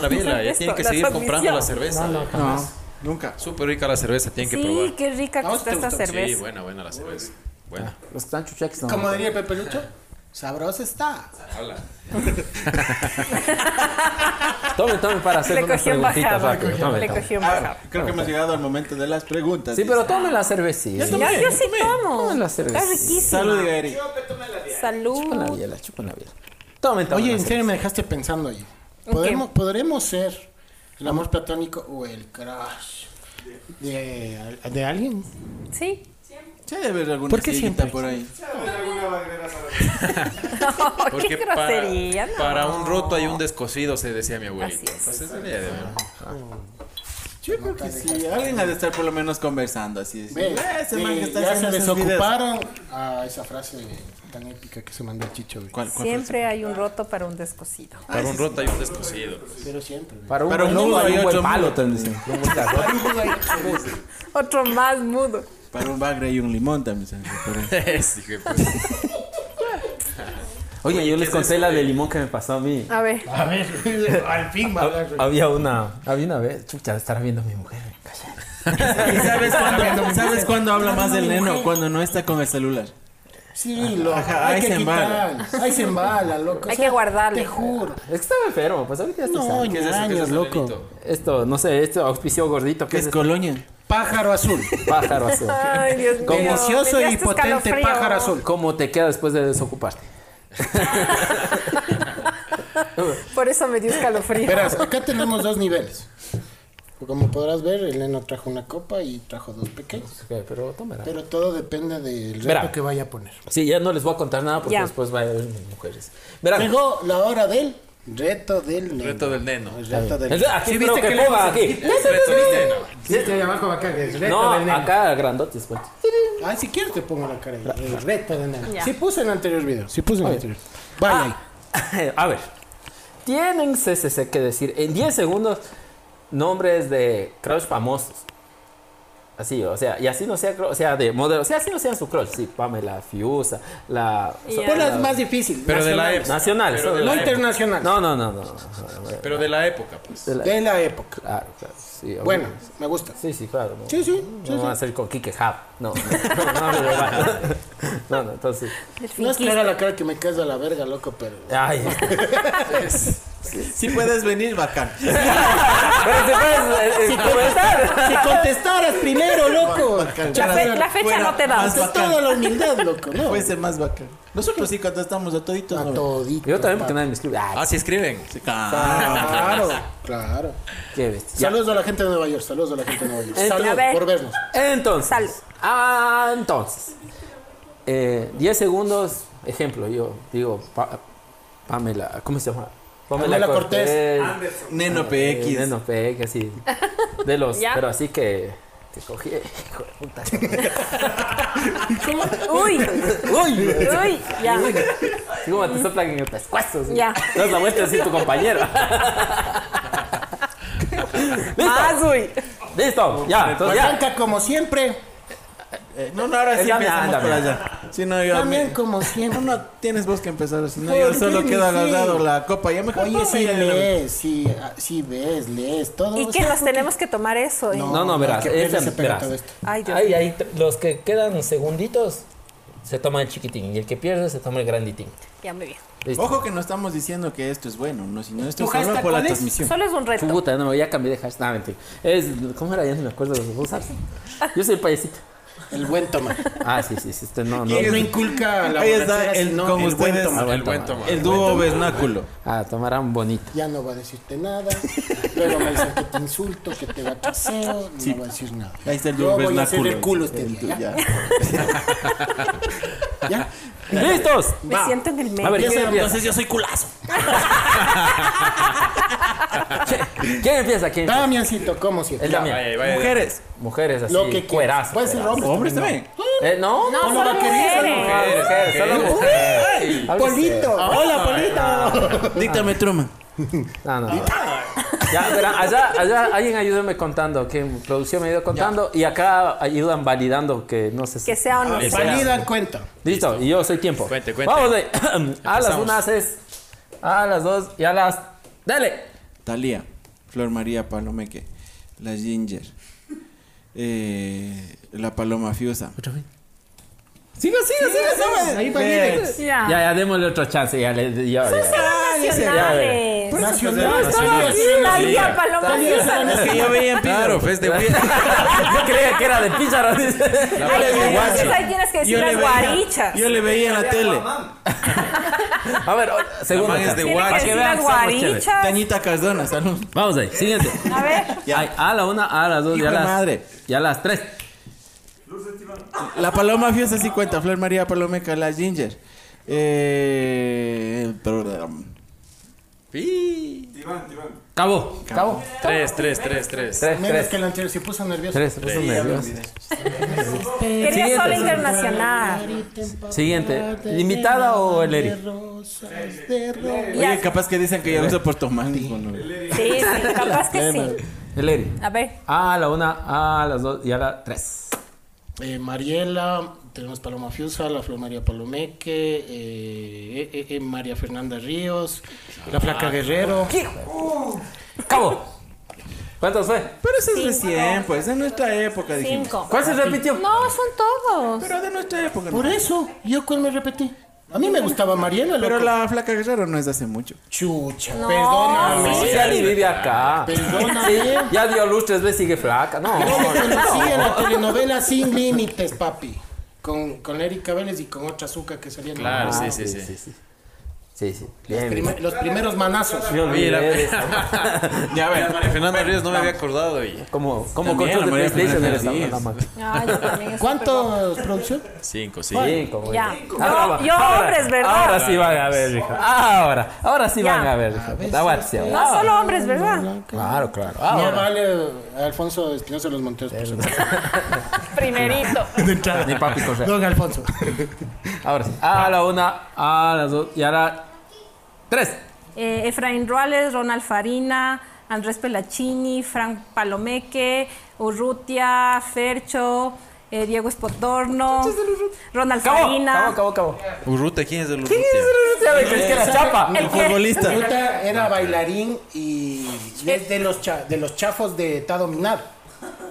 La biela, ya
Esto,
tienen que
la
seguir comprando
transmisión.
la cerveza.
No, nunca.
Súper rica la cerveza, tienen que
Sí,
probar.
qué rica que está esta
Sí,
cerveza.
buena, buena la cerveza. Buena.
Los que están chucheques no.
Como diría el Pepe Lucho, sabroso está.
Habla.
Tomen, tomen para hacer
Le
unas
cogió en
preguntitas
bajada.
rápido. Tomen,
Le
tomen.
cogió en bajada.
Creo que hemos llegado al momento de las preguntas.
Sí, pero tomen la cervecita.
No, yo sí tomo.
Tomen la
Está
cervecita.
riquísima.
Salud, Gary.
Chupan la
Salud.
biela, chupan la biela. Tomen, tomen.
Oye,
la
en serio me dejaste pensando allí. ¿Podremos, ¿Podremos ser el amor platónico o el crush de, de alguien?
Sí.
Sí, debe haber alguna
¿Por qué
sillita
siempre?
por ahí.
No, qué
Porque
grosería.
para,
no.
para un roto hay un descosido, se decía mi
Así es.
abuelita.
Ah,
Pues es debería de haber.
Yo creo que sí. Alguien ha de estar por lo menos conversando así. de-
Ve,
"Eh, ese
ve,
man que está
ya se
haciendo sus videos".
desocuparon a Ah, esa frase tan épica que se mandó Chicho. güey.
¿Cuál, cuál
Siempre hay un roto para un descosido.
Para un roto hay un descosido.
Pero siempre. güey.
Para un,
Para un
buen
mudo hay
hay un buen
otro
palo,
mudo.
te dicen. Un buen garrote.
Otro más mudo.
Para un bagre y un limón también. se me ocurre.
Sí, hijo de puta.
Oye, yo les conté la de limón que me pasó a mí.
A ver,
A ver, al fin,
Ha-
malandro.
Ah, Había una, había una vez, chucha, estará viendo a mi mujer. calla.
¿Y sabes cuándo, sabes cuándo habla más del neno? Cuando no está con el celular.
Sí, loco.
Ajá,
hay
ahí
que
se embala.
quitar. Ahí se embala, loco. O
Hay
sea,
que guardarle.
Te juro.
Es que estaba enfermo, pues ahorita ya estoy
No,
sano.
¿Qué es eso? ¿Qué es
ñañas,
eso,
loco.
Lenito?
Esto, no sé, esto auspicio gordito, que
¿Qué
es
es
este
colonia?
Pájaro azul.
pájaro azul.
ay, Dios mío.
Delicioso
me
y
enviaste
potente
escalofrío.
pájaro azul.
¿Cómo te queda después de desocuparte?
Por eso me dio escalofrío.
Verás, acá tenemos dos niveles. Como podrás ver, el neno trajo una copa y trajo dos pequeños.
Ok, pero tómala.
Pero todo depende del reto
Verá.
que vaya a poner.
Sí, ya no les voy a contar nada porque
Ya.
después va a ver mis mujeres. Verán,
Llegó la hora del reto del neno.
Reto del neno.
El reto del
el- aquí pero que ponga aquí.
Reto del neno.
Sí, ahí abajo acá, el reto
No,
del neno.
acá grandotes, pues.
Ah, si quieres te pongo la cara ahí. El reto del neno.
Ya.
Sí puse en el anterior video. Sí puse en el anterior. Vaya.
Ah, a ver. Tienen CCC que decir en 10 segundos nombres de crush famosos. Así, o sea, y así no sea, cru- o sea, de modelo, o sea, así no sean su crush, sí, Pamela Fiusa, la o sea,
Ya.
Pon Pues las más difíciles.
Pero de la época.
nacional,
Pero
solo
de
no
la
la-
época.
internacional.
No, no, no, no. no.
Pero de la época, pues.
De la-
De la época.
Claro, claro, sí. obvio.
Bueno, me gusta.
Sí, sí, claro. no.
Sí, sí,
No
sí,
van a hacer con Kike Hub. No, no, no, no, no, no, no, no, entonces.
No es que haga la cara que me caes a la verga, loco, pero.
Ay.
Si puedes venir, bacán.
Pero si puedes, eh, eh, comentar.
Si contestaras primero, loco.
La, fe- la fecha
Fuera,
no te da.
más
Ante toda la humildad, loco, ¿no?
Fuese más bacán. Nosotros sí contestamos a toditos.
a
¿no?
todito.
Yo también porque nadie me escribe. Ay,
Ah, sí escriben.
Sí, claro.
Claro, claro.
qué bestia.
Saludos a la gente de Nueva York, saludos a la gente de Nueva York.
Eh,
a
Saludos
ver.
por vernos.
Entonces.
Salud.
Ah, entonces. eh, 10 segundos. Ejemplo, yo digo Pa- Pamela. ¿Cómo se llama?
Pamela Cortés.
Neno
Eh,
PX.
Neno PX, así. De los.
Ya.
Pero así que. Te cogí. Hijo de puta.
Uy,
Uy.
uy, ya.
Así como te soplan en el pescuezo. así.
Ya.
Das la vuelta así tu compañero.
Más,
Listo.
uy.
Listo. Ya. Entonces ya.
Blanca, como siempre.
Eh, no, no, ahora sí
Ya me
empezamos
anda,
por
mira.
allá. Si no, yo.
También como siempre.
No, no, tienes vos que empezar. Si no,
¿Por
yo
qué
solo
mi
quedo
fin?
agarrado la copa. Ya mejor
Oye,
no,
sí
mira, la-
lees, sí, ah, sí ves, lees, todo.
¿Y
o
que
sea,
nos tenemos que tomar eso? eh?
No, no, verás.
que pierde
esa-
se pega
verás.
todo esto.
Ay, Dios
Ahí,
mío.
ahí, t- los que quedan segunditos se toma el chiquitín y el que pierde se toma el granditín.
Ya, muy bien.
Listo.
Ojo que no estamos diciendo que esto es bueno, no, sino esto
¿Tu
es solo
hashtag
por la
cuál es?
transmisión.
Solo es un reto.
Puta, no, ya cambié de hashtag. No, mentira. Es, ¿Cómo era? Ya no me acuerdo de los usas. Yo soy el payasito.
El buen tomar.
Ah, sí, sí, sí. Este no, no.
¿Quién no inculca la
Ahí está
borrachera,
el-
sino
con
el buen
ustedes.
tomar?
El buen tomar.
El dúo vernáculo.
Ah, tomarán bonito.
Ya no va a decirte nada. Luego me dice que te insulto, que te batraseo. No va a decir nada.
Ahí está el
Yo
dúo
voy a
vernáculo.
hacer el culo este
El
día.
tú-
¿ya?
ya.
¿Ya?
¡Listos!
Me siento en el medio.
A ver, ¿quién empieza?
Entonces yo soy culazo.
¿Quién empieza? ¿Quién empieza?
Damiancito, ¿cómo siempre?
El Damián.
Vaya, vaya.
Mujeres.
Mujeres así,
Lo que quieras.
cuerazas,
Puede ser
cuerazas.
hombre.
Hombres también.
Eh, no,
No,
solo
solo mujeres.
mujeres, mujeres, solo
Mujeres.
mujeres. Háblese.
Polito. Hola, Polito.
Díctame, Truman.
No, no. no. Ya, verán, allá, allá alguien ayúdame contando, que en producción me ha ido contando y acá ayudan validando que no sé si.
Que sea o no.
Listo.
Valida cuenta.
Listo, y yo soy tiempo.
Cuente, cuente.
Vamos de- a las
Empezamos.
una haces, a las dos y a las. Dale.
Talía, Flor María Palomeque, la Ginger, eh, la Paloma Fiusa.
Siga, siga, siga, siga.
Ahí valida.
Ya.
Ya, ya, démosle otro chance. Ya, le- ya, ya.
Nacionales.
Pues, Nacional.
Solo Talía Paloma
Talía
Fiusa.
Serrano.
Que yo veía en
Claro, fue de
Yo creía que era de pícharo. dice.
Ay,
Dale,
entonces
guacho.
ahí tienes que decir las guarichas.
yo le veía en la tele.
A ver, o- segundo.
man es
chance.
de
Tienes
guacho.
que
Para
decir
que vean,
las
somos chéveres.
guarichas.
Tañita Cardona, salud.
Vamos ahí, siguiente.
A ver.
Ay, a la una, a las dos y
Hijo
a
de
las.
madre.
Y a las tres.
La Paloma Fiusa sí cuenta, Flor María Palomeca, la Ginger. Eh, perdón.
Iván, Iván.
Cabo. Cabo.
Tres, tres, tres, tres.
Tres,
Menos
tres.
que el anterior se puso nervioso.
Tres, puso nervioso.
Quería solo
Siguiente.
internacional.
Siguiente. ¿Invitada o el Eric?
Eric?
Oye,
Ya.
capaz que dicen que ya uso por tomar.
Sí, sí, capaz que sí.
El Eric.
A ver.
A la una, a las dos y a las tres.
eh, Mariela, tenemos Paloma Fiusa, la Flor María Palomeque, eh, eh, eh, María Fernanda Ríos, la Flaca Guerrero.
¡Cabo! ¿Cuántos fue?
Pero eso es recién, pues, de nuestra época, dijimos.
Cinco.
¿Cuál se repitió?
No, son todos.
Pero de nuestra época,
Por
no.
eso, yo cuál me repetí. A mí me gustaba Mariela,
Pero
loco.
la flaca Guerrero no es de hace mucho.
Chucha,
No,
perdóname.
Sí, ya ni vive acá.
Perdóname.
Ya dio luz tres veces, sigue flaca. No,
Yo le
no.
conocí en la telenovela Sin Límites, papi. Con, con Erika Vélez y con otra azúcar que salía en la-
Claro, sí, sí, sí.
sí. Sí, sí. Bien, bien.
Prime- los primeros manazos.
Me olvidé
Mira,
de eso.
Ya ver, María Fernanda Ríos no me había acordado y
Como, como
También,
control de
la María
PlayStation
Fernanda
eres la-
Díez.
la máquina.
Ay, yo también es súper
¿Cuántos producción?
cinco, sí.
Sí, como
Ya.
es.
Yo-
Ahora va.
yo
Ahora,
hombres, ¿verdad?
Ahora sí van a ver, hija. Ahora, ahora sí
Ya.
van a ver, hija. Da guarcia.
guapa. No solo hombres, ¿verdad?
Claro, claro.
No
Ahora.
vale Alfonso Espinosa de los Monteros. por supuesto.
Primerito.
Ni papi correa.
Don Alfonso.
Ahora sí. A la una, a las dos y a la tres.
Eh, Efraín Ruales, Ronald Farina, Andrés Pelachini, Frank Palomeque, Urrutia, Fercho, eh, Diego Espotorno, Ronald
Cabo,
Farina.
cabo, cabo, cabo.
Urrutia, ¿quién es el Urrutia?
que la chapa?
El futbolista.
Fruta era bailarín y y es de los, cha- de los chafos de Ta Dominar.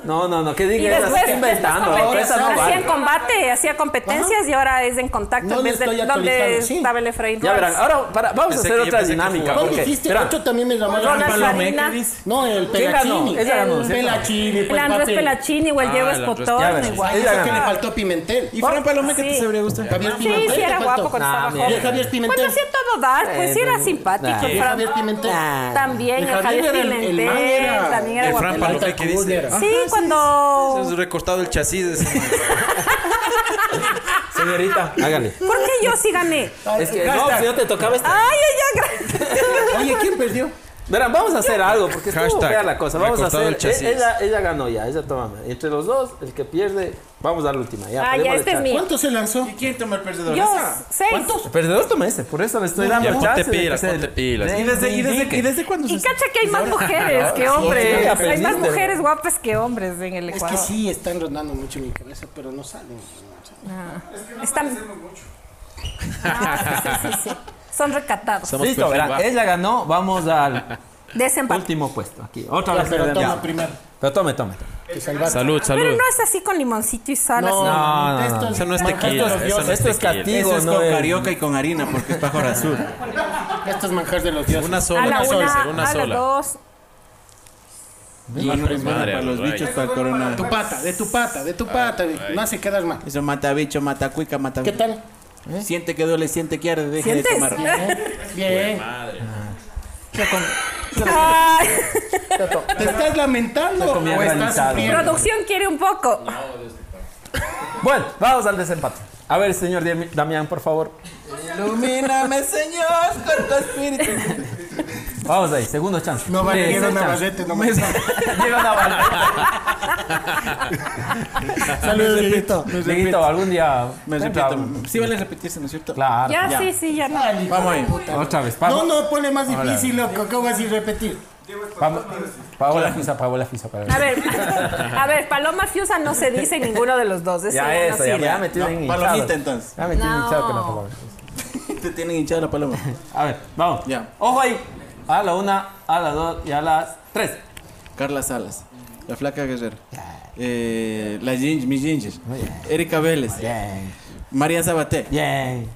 No, no, no, que
Y
diga,
después
estás inventando.
después
loco, esa no
hacía en
vale.
combate, hacía competencias y ahora es en contacto
No
en
le
vez de
estoy
donde
actualizando, sí.
estaba el Efraín
Ya verán,
Ruales.
ahora para- vamos a
Pensé
hacer
que-
otra
pensé que
dinámica.
jugaba.
¿Cuál
porque,
dijiste?
verán,
Otro también me
Ah,
llamó
Ronald
Palomeque.
Farina.
No, el
¿Quién ganó?
Pelachini.
Ella ganó,
El
¿cierto?
Pelachini,
El
pues,
Andrés
papi.
Pelachini o el
Ah,
Diego
el Andrés,
ya
Espotorno,
verás.
igual.
Ahí
Ella
fue que le
ganó.
faltó Pimentel.
Y Fran Paloma, que
sí.
te sabría gustar.
Javier
Sí,
Pimentel.
sí,
le
era
faltó.
guapo cuando
Nah,
estaba
mira.
Y
joven.
el Javier Pimentel.
Bueno, sí, a todo dar, pues sí era
Eh,
simpático.
nah.
El
Fran-
Javier Pimentel.
También, el Javier
era el- el man
Pimentel,
era-
también era
El
guapo.
Fran
El alta
Palomeque dice.
cubia era.
Ah, Sí, cuando...
Es recortado el chasis de ese man.
Señorita, hágale.
¿Por qué yo sí gané?
Es que no, si no te tocaba este.
Ay, ay, ay, gra-
Oye, ¿quién perdió?
Verán, vamos a hacer algo, porque estuvo
Hashtag,
fea la cosa. Vamos a
recortado
hacer.
el chasis.
e- Ella, ella ganó ya, ella toma. Entre los dos, el que pierde, vamos a la última. Ya,
Ah, ya,
podemos
este es
echar.
mío.
¿Cuánto se lanzó?
¿Y quién toma el perdedor?
Yo,
Esa.
seis.
El Perdedor toma ese, por eso le estoy dando
Ya,
chance.
ponte
de que
pilas,
se-
ponte pilas.
de-
¿Y desde, y, desde, ¿Y desde cuándo
Y
se
cacha que hay más mujeres que
Sí,
hombres. Hay más
aprendiste.
mujeres guapas que hombres en el
Es que
Ecuador.
sí, están rondando mucho en mi cabeza, pero no salen.
Están... Ah, sí, sí, sí. Son recatados.
Somos
Listo,
perfil
verán,
bajo.
ella ganó, vamos al
Desempate.
último puesto. Aquí, otra
Ya,
vez
pero
perdemos.
toma
Ya.
primero.
Pero tome, tome.
Que salvaste. Ah,
Salud,
Pero
salud.
no es así con limoncito y sal. así.
no, no, no.
Eso no es
manjar
tequila.
de
Eso
los
no
dioses.
es
Esto es
tequila.
castigo,
Eso es
no
con
es-
carioca y con harina, porque es pájaro azul.
Estos manjares de los dioses.
Una
A
sola,
la
una sola, ser
una,
una
a la
sola.
dos.
Y no es bueno
madre,
para los
rayos.
bichos, para el coronavirus.
Tu pata, de tu pata, de tu pata. No hace quedar mal.
Eso mata bicho, mata cuica, mata.
¿Qué tal?
Siente que duele, siente que arde, deje
¿Sientes?
de tomar.
Bien.
Ay,
¿Te estás lamentando o
comía
estás
granizado.
sufriendo?
producción quiere un poco.
Bueno, vamos al desempate. A ver, señor Dami- Damián, por favor.
Ilumíname, Señor, con tu espíritu.
Vamos ahí, segundo chance.
No vale,
Tercer
quiero
chance.
Navarrete, no me
Llega Navarrete.
Saludos, Dieguito.
Dieguito, algún día.
Me
Entra
repito.
un-
Sí vale repetirse, ¿no es cierto?
Claro.
Ya, sí, sí, ya no.
Vamos ahí.
Otra vez.
No,
Pablo.
no, ponle más difícil, loco. ¿Cómo así repetir?
Pablo- Paola Fisa, Paola Fisa. Paola.
A ver, a ver, Paloma Fiusa no se dice en ninguno de los dos. Eso
Ya
no
eso, ya
sirve.
me ha metido
No,
en
palomita,
hinchados.
entonces.
Me ha metido en
No.
hinchado con la palabra.
Te tienen hinchada la paloma.
A ver, vamos.
Ya.
Ojo ahí. A la una, a las dos y a las tres.
Carla Salas, la flaca guerrera. Eh, la Ginger, mi Ginger. Erika Vélez.
Bien,
María Sabaté.
bien.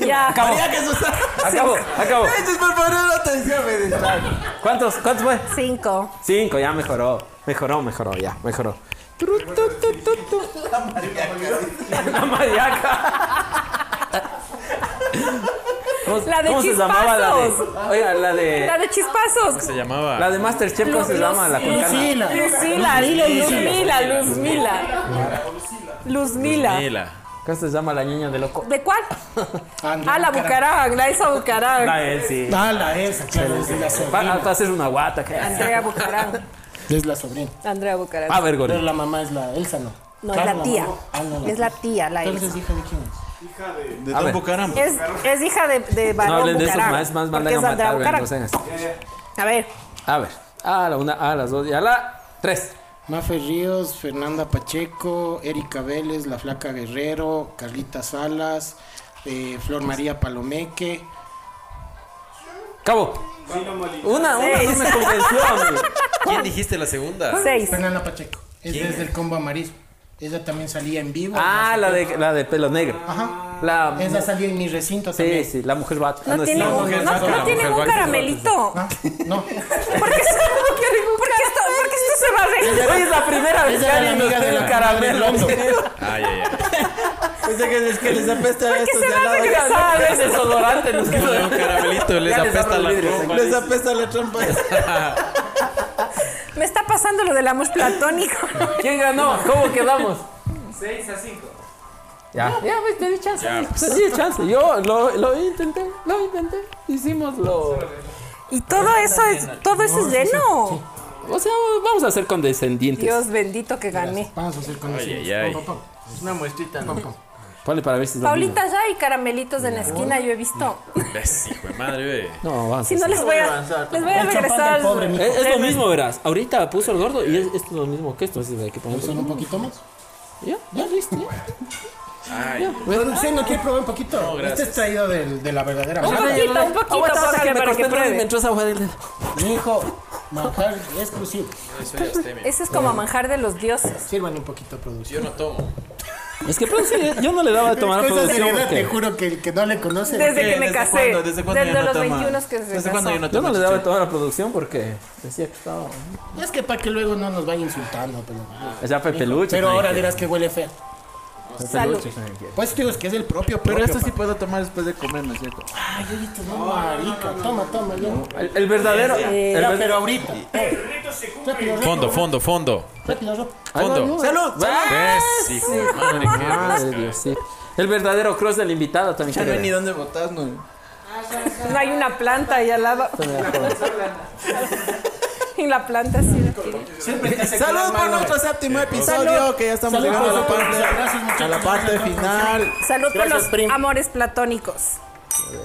Ya.
Acabó, acabó, acabó.
por favor, no te decía, me distrae.
¿Cuántos, cuántos fue?
Cinco.
Cinco, ya mejoró. Mejoró, mejoró, ya, mejoró. Tru, tu, tu, tu, tu. La mariaca. ¿Cómo,
La de
cómo se llamaba la de? Oiga, la
La
de.
de chispazos.
Se llamaba.
La de Masterchef, Eh, ¿cómo se
Lu-
llama? La
Lucila.
con
Lucila.
Lucila, Luzmila, Luzmila. Luzmila.
Mila.
¿Cómo se llama la niña de loco?
¿De cuál?
Anda,
Ah, la
cara.
Bucarán, la esa Bucarán.
La él, sí.
Ah, la esa, claro, es la sobrina.
Va va a hacer una guata. que-
Andrea Bucarán.
Es la sobrina.
Andrea Bucarán.
A ver,
Pero
gorila.
la mamá es la Elsa, ¿no?
No,
Claro,
es la tía.
mamá. Ah, no,
Es la tía, la Elsa.
Entonces, hija de quién es.
De
A
Don
ver.
Bucaram.
Es, es hija de, de
No
Barón
hablen de esos
Bucarán,
más, más
porque
mandan a
es Andrea
matar. ven,
Bucarán.
no sean así.
A ver,
A ver, a la una, a las dos y a la tres.
Mafe Ríos, Fernanda Pacheco, Erika Vélez, La Flaca Guerrero, Carlita Salas, eh, Flor María Palomeque.
Cabo. Una, una no me convenció, amigo.
¿Quién dijiste la segunda?
Seis.
Fernanda Pacheco. Es desde el combo amarillo. Ella también salía en vivo. No
Ah,
sé
la
qué.
de, la de pelo negro.
Ajá.
La,
Esa salía en mi recinto
sí,
también.
sí, la mujer vato. Ah,
No,
es-
tienen,
la
un,
mujer
no,
vato.
no
La
tienen
mujer
un
vato.
caramelito.
Ah, no.
Porque esto, porque esto, porque esto se va a reír.
Oye, es la primera vez que
Ella era la
alguien nos
amiga de
tiene
la-
un caramelo.
del hondo.
Ay, ay, ay.
Pensé que es que les apesta a estos
se
de
va
al
a
lado.
regresar.
Esa vez desodorante nos quedó.
Un caramelito, les
Ya les
apesta
abro
la
el vidrio,
ropa.
Les apesta la trampa.
Me está pasando lo del amor platónico.
¿Quién ganó? ¿Cómo quedamos?
6 a 5.
Ya. Ya, pues te di chance.
Ya, pues.
Te di chance. Yo lo, lo intenté, lo intenté. Hicimos lo.
Y todo eso es, todo eso es lleno.
O sea, vamos a ser condescendientes.
Dios bendito que gané.
Vamos a hacer con
Ay, ay, ay.
Una muestrita, ¿no?
Ponle para ver si es lo mismo.
Paulita, ya hay caramelitos en la esquina, yo he visto.
Ves, hijo de madre, ve.
No, vamos.
Si no les voy a, les voy
El
a
champán
regresar.
del pobre,
al-
mijo.
Es, es lo mismo, verás. Ahorita puso el gordo y es, esto es lo mismo que esto. Así que hay que poner
¿Son un poquito más?
Ya, ya listo. ya.
Ay,
Producción, ¿no quiere probar un poquito? este es traído del- de la verdadera
Un
marca.
poquito, un poquito
Aguanta,
para
aguanta,
que,
me
para que
costó entrar y Me
pruebe.
entró esa hoja del dedo.
Mijo, manjar exclusivo.
soy abstemio.
Ese es como manjar de los dioses.
Sirvan un poquito, producción.
Yo no tomo.
Es que pues, sí, yo no le daba de tomar a
Esa
producción.
seriedad,
porque-
te juro que el que no le conoce.
Desde que
¿Qué?
me
¿Desde
casé.
cuándo? ¿Desde cuándo
Desde
ya no
los
toma?
21 que se
¿Desde cuándo
casó.
yo no
Yo
tomo
no le daba de
chicha?
tomar a producción porque decía que estaba.
Es que para que luego no nos vaya insultando. Pero,
Ya fue peluche.
pero ahora
dije.
dirás que huele feo.
Salud.
Pues digo, es que es el propio
Pero
propio,
esto sí
pa-
puedo tomar después de comer, ¿no es cierto?
Ay, ahorita, no, marica. Toma, toma, ya.
El, el verdadero. el
Ya,
ver-
pero ahorita. Rápido, rápido,
Fondo, fondo, fondo.
rápido, rápido.
Fondo.
¡Salud!
Ves, hijo de madre, qué
Madre de Dios, sí. El verdadero cross de la invitada también.
Ya no
quiere
hay ni
ver.
dónde botar, ¿no?
No hay una planta ahí al lado. Y la planta así.
Salud por nuestro séptimo episodio, que ya estamos
Salud
llegando a la
por
parte,
nuestro- pues, gracias, muchachos.
a la parte final.
Salud por
Gracias,
los
prim.
amores platónicos.
Qué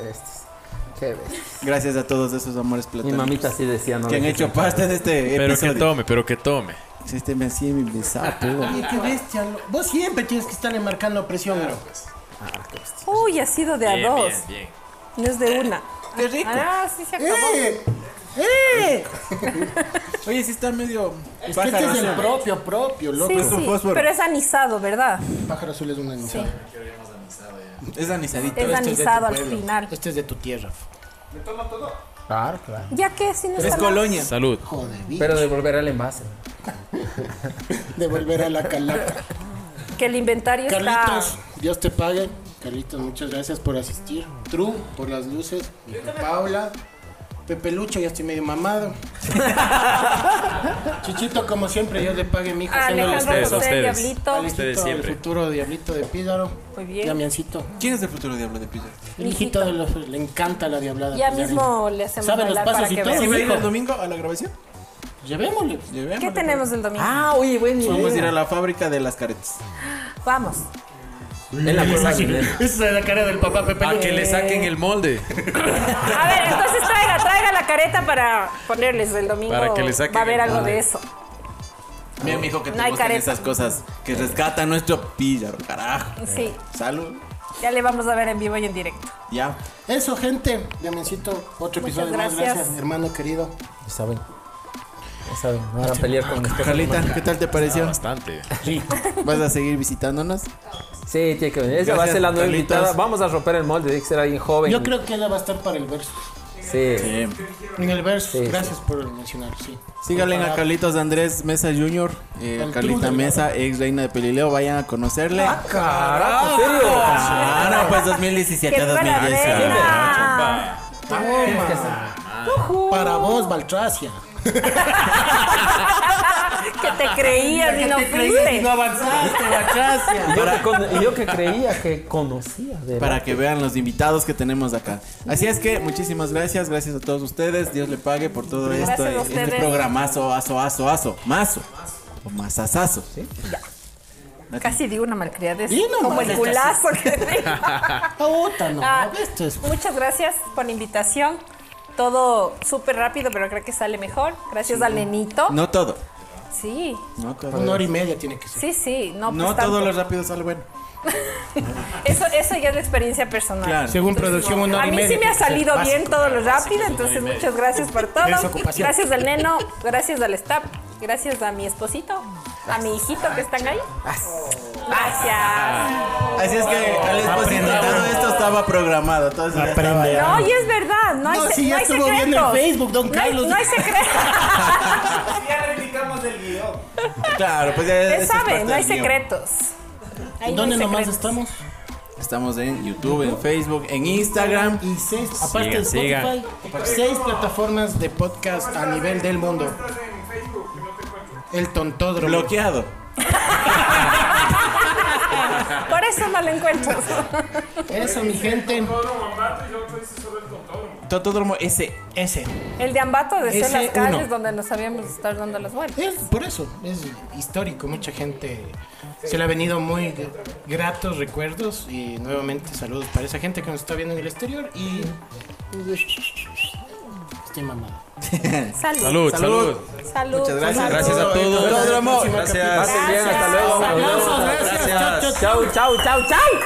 bestia.
Gracias a todos esos amores
Mi
platónicos
mamita sí decía, ¿no?
que han
Dije,
hecho parte de este
Pero que
episodio.
tome, pero que tome.
Si este me hacía mi besapo.
Oye, qué bestia. lo- Vos siempre tienes que estarle marcando presión. bro.
Uy, ha sido de a
Bien,
dos.
bien, bien.
No es de una. Qué rico. Ah, sí se acabó.
¡Eh! ¡Eh!
Oye, sí está medio.
Es que
pájaro
este es
azul.
el propio, propio, loco.
Sí,
es un
sí.
fósforo.
Pero es anisado, ¿verdad?
Pájaro azul es una anisada.
Es anisadito.
Es
Este es de
anisado
tu
al
pueblo.
final.
Este es de tu tierra. Claro, claro.
Ya que si no
Es
está mal.
colonia.
Salud.
Joder, vi.
Pero devolver al envase.
Devolver a la calaca.
que el inventario
Carlitos,
está.
Dios te pague. Carlitos, muchas gracias por asistir. True, por las luces. Mi hija Paula. Pepe Lucho, ya estoy medio mamado. Chichito, como siempre, Dios le pague, mi hijo.
Alejandro
ustedes,
José,
ustedes.
Diablito.
Ustedes siempre.
El futuro diablito de Pídaro.
Muy bien.
Damiancito.
¿Quién es el futuro diablo de Pilla?
El hijito de los, le encanta la diablada.
Ya
Pizarrín.
mismo le hacemos
Sabe los
bailar
pasos
para
y
que
todo.
¿Sí
vean.
va a ir
hijo.
el domingo a la grabación?
Llevémosle.
Llevémosle.
¿Qué tenemos el domingo?
Ah, oye, buen
Vamos a ir
idea.
a la fábrica de las caretas.
Vamos.
En la prueba de dinero.
Esa es la cara del papá Pepe
A que le saquen el molde.
A ver, entonces traiga, traiga la careta para ponerles el domingo.
Para que le saquen
Va a haber
el-
algo de eso.
Mira, mijo, que te
No hay
gustan
careta.
esas cosas que rescatan nuestro Pilla, carajo.
Sí,
Salud.
ya le vamos a ver en vivo y en directo.
Ya.
Eso, gente. Diamencito, otro episodio más.
gracias.
Gracias, hermano querido.
Ya saben. Ya saben, no van a pelear con mis cosas.
Carlita, ¿qué tal te pareció?
Bastante.
¿Vas a seguir visitándonos?
Sí, tiene que venir. Esa va a
Gracias,
ser la nueva
Carlitos.
invitada. Vamos a romper el molde. Tiene que ser alguien joven.
Yo creo que ella va a estar para el verso.
Sí.
Bien.
En el verso,
Sí, sí.
gracias por mencionar, sí.
Síganle a Carlitos Andrés Mesa Jr., eh,
Al
Carlita
True.
Mesa, ex reina de Pelileo, vayan a conocerle.
Ah, Carajo, ¿en serio?
Ah, no, pues 2017
¡Qué
a
buena
2016.
vena!
Para vos, Baltracia.
Que te creías y no fuiste.
avanzaste, Baltracia.
Y yo, que con- y yo que creía que conocía de la-
Para que vean los invitados que tenemos acá. Así es que muchísimas gracias, gracias a todos ustedes. Dios le pague por todo
Gracias
esto.
a
eh, Este
ustedes.
programazo, aso, aso, aso, mazo. O mazazazo.
Casi di una malcriadez.
Di nomás,
Como el
estás-
culazo que tengo.
Puta, no.
Ah.
Esto es.
Muchas gracias por la invitación. Todo súper rápido, pero creo que sale mejor. Gracias al nenito.
No todo.
Sí,
No, te
Una hora y media tiene que ser.
sí, sí. No,
No
pues
todo lo
tanto.
rápido sale bueno.
Eso, eso ya es la experiencia personal.
Claro.
Según producción, una
A
hora y
mí
media.
sí me ha
tiene que ser
salido
básico.
bien todo lo rápido, entonces muchas gracias por todo.
Desocupación.
Gracias al neno, gracias al staff, gracias a mi esposito, a mi hijito que están ahí. Gracias.
Así es que al esposito
Aprendamos.
todo esto estaba programado. Todo eso ya estaba
Aprende.
ya.
No, y es verdad, no hay,
No,
se-
sí, ya
no hay
estuvo viendo en
secretos.
Facebook, don
No hay-
Carlos.
No hay, secretos.
Ya replicamos el guión.
Claro, pues ya
Él
eso es
sabe,
parte
no hay
del guión.
secretos. Ahí no
¿Dónde
hay
nomás
secretos.
estamos?
Estamos en YouTube, en Facebook, en Instagram.
Y seis, aparte de
sigan.
Spotify, seis plataformas de podcast a nivel del mundo. El tontódromo.
Bloqueado.
Ah, Por eso no lo encuentro.
Eso, mi gente.
Todo mambato y lo otro dice solo el contorno.
Totodromo S.
Ese.
El de Ambato de ser
Ese
las calles
uno.
donde nos habíamos estar dando las vueltas.
Es, por eso, es histórico. Mucha gente se le ha venido muy gratos recuerdos. Y nuevamente saludos para esa gente que nos está viendo en el exterior. Y. Estoy mamado.
Salud.
Salud, salud.
Salud.
Muchas gracias.
Gracias a todos.
Totodromo.
Gracias.
Pasen bien, hasta luego.
Aplausos,
Nos vemos.
gracias.
Chau, chau, chau, chau.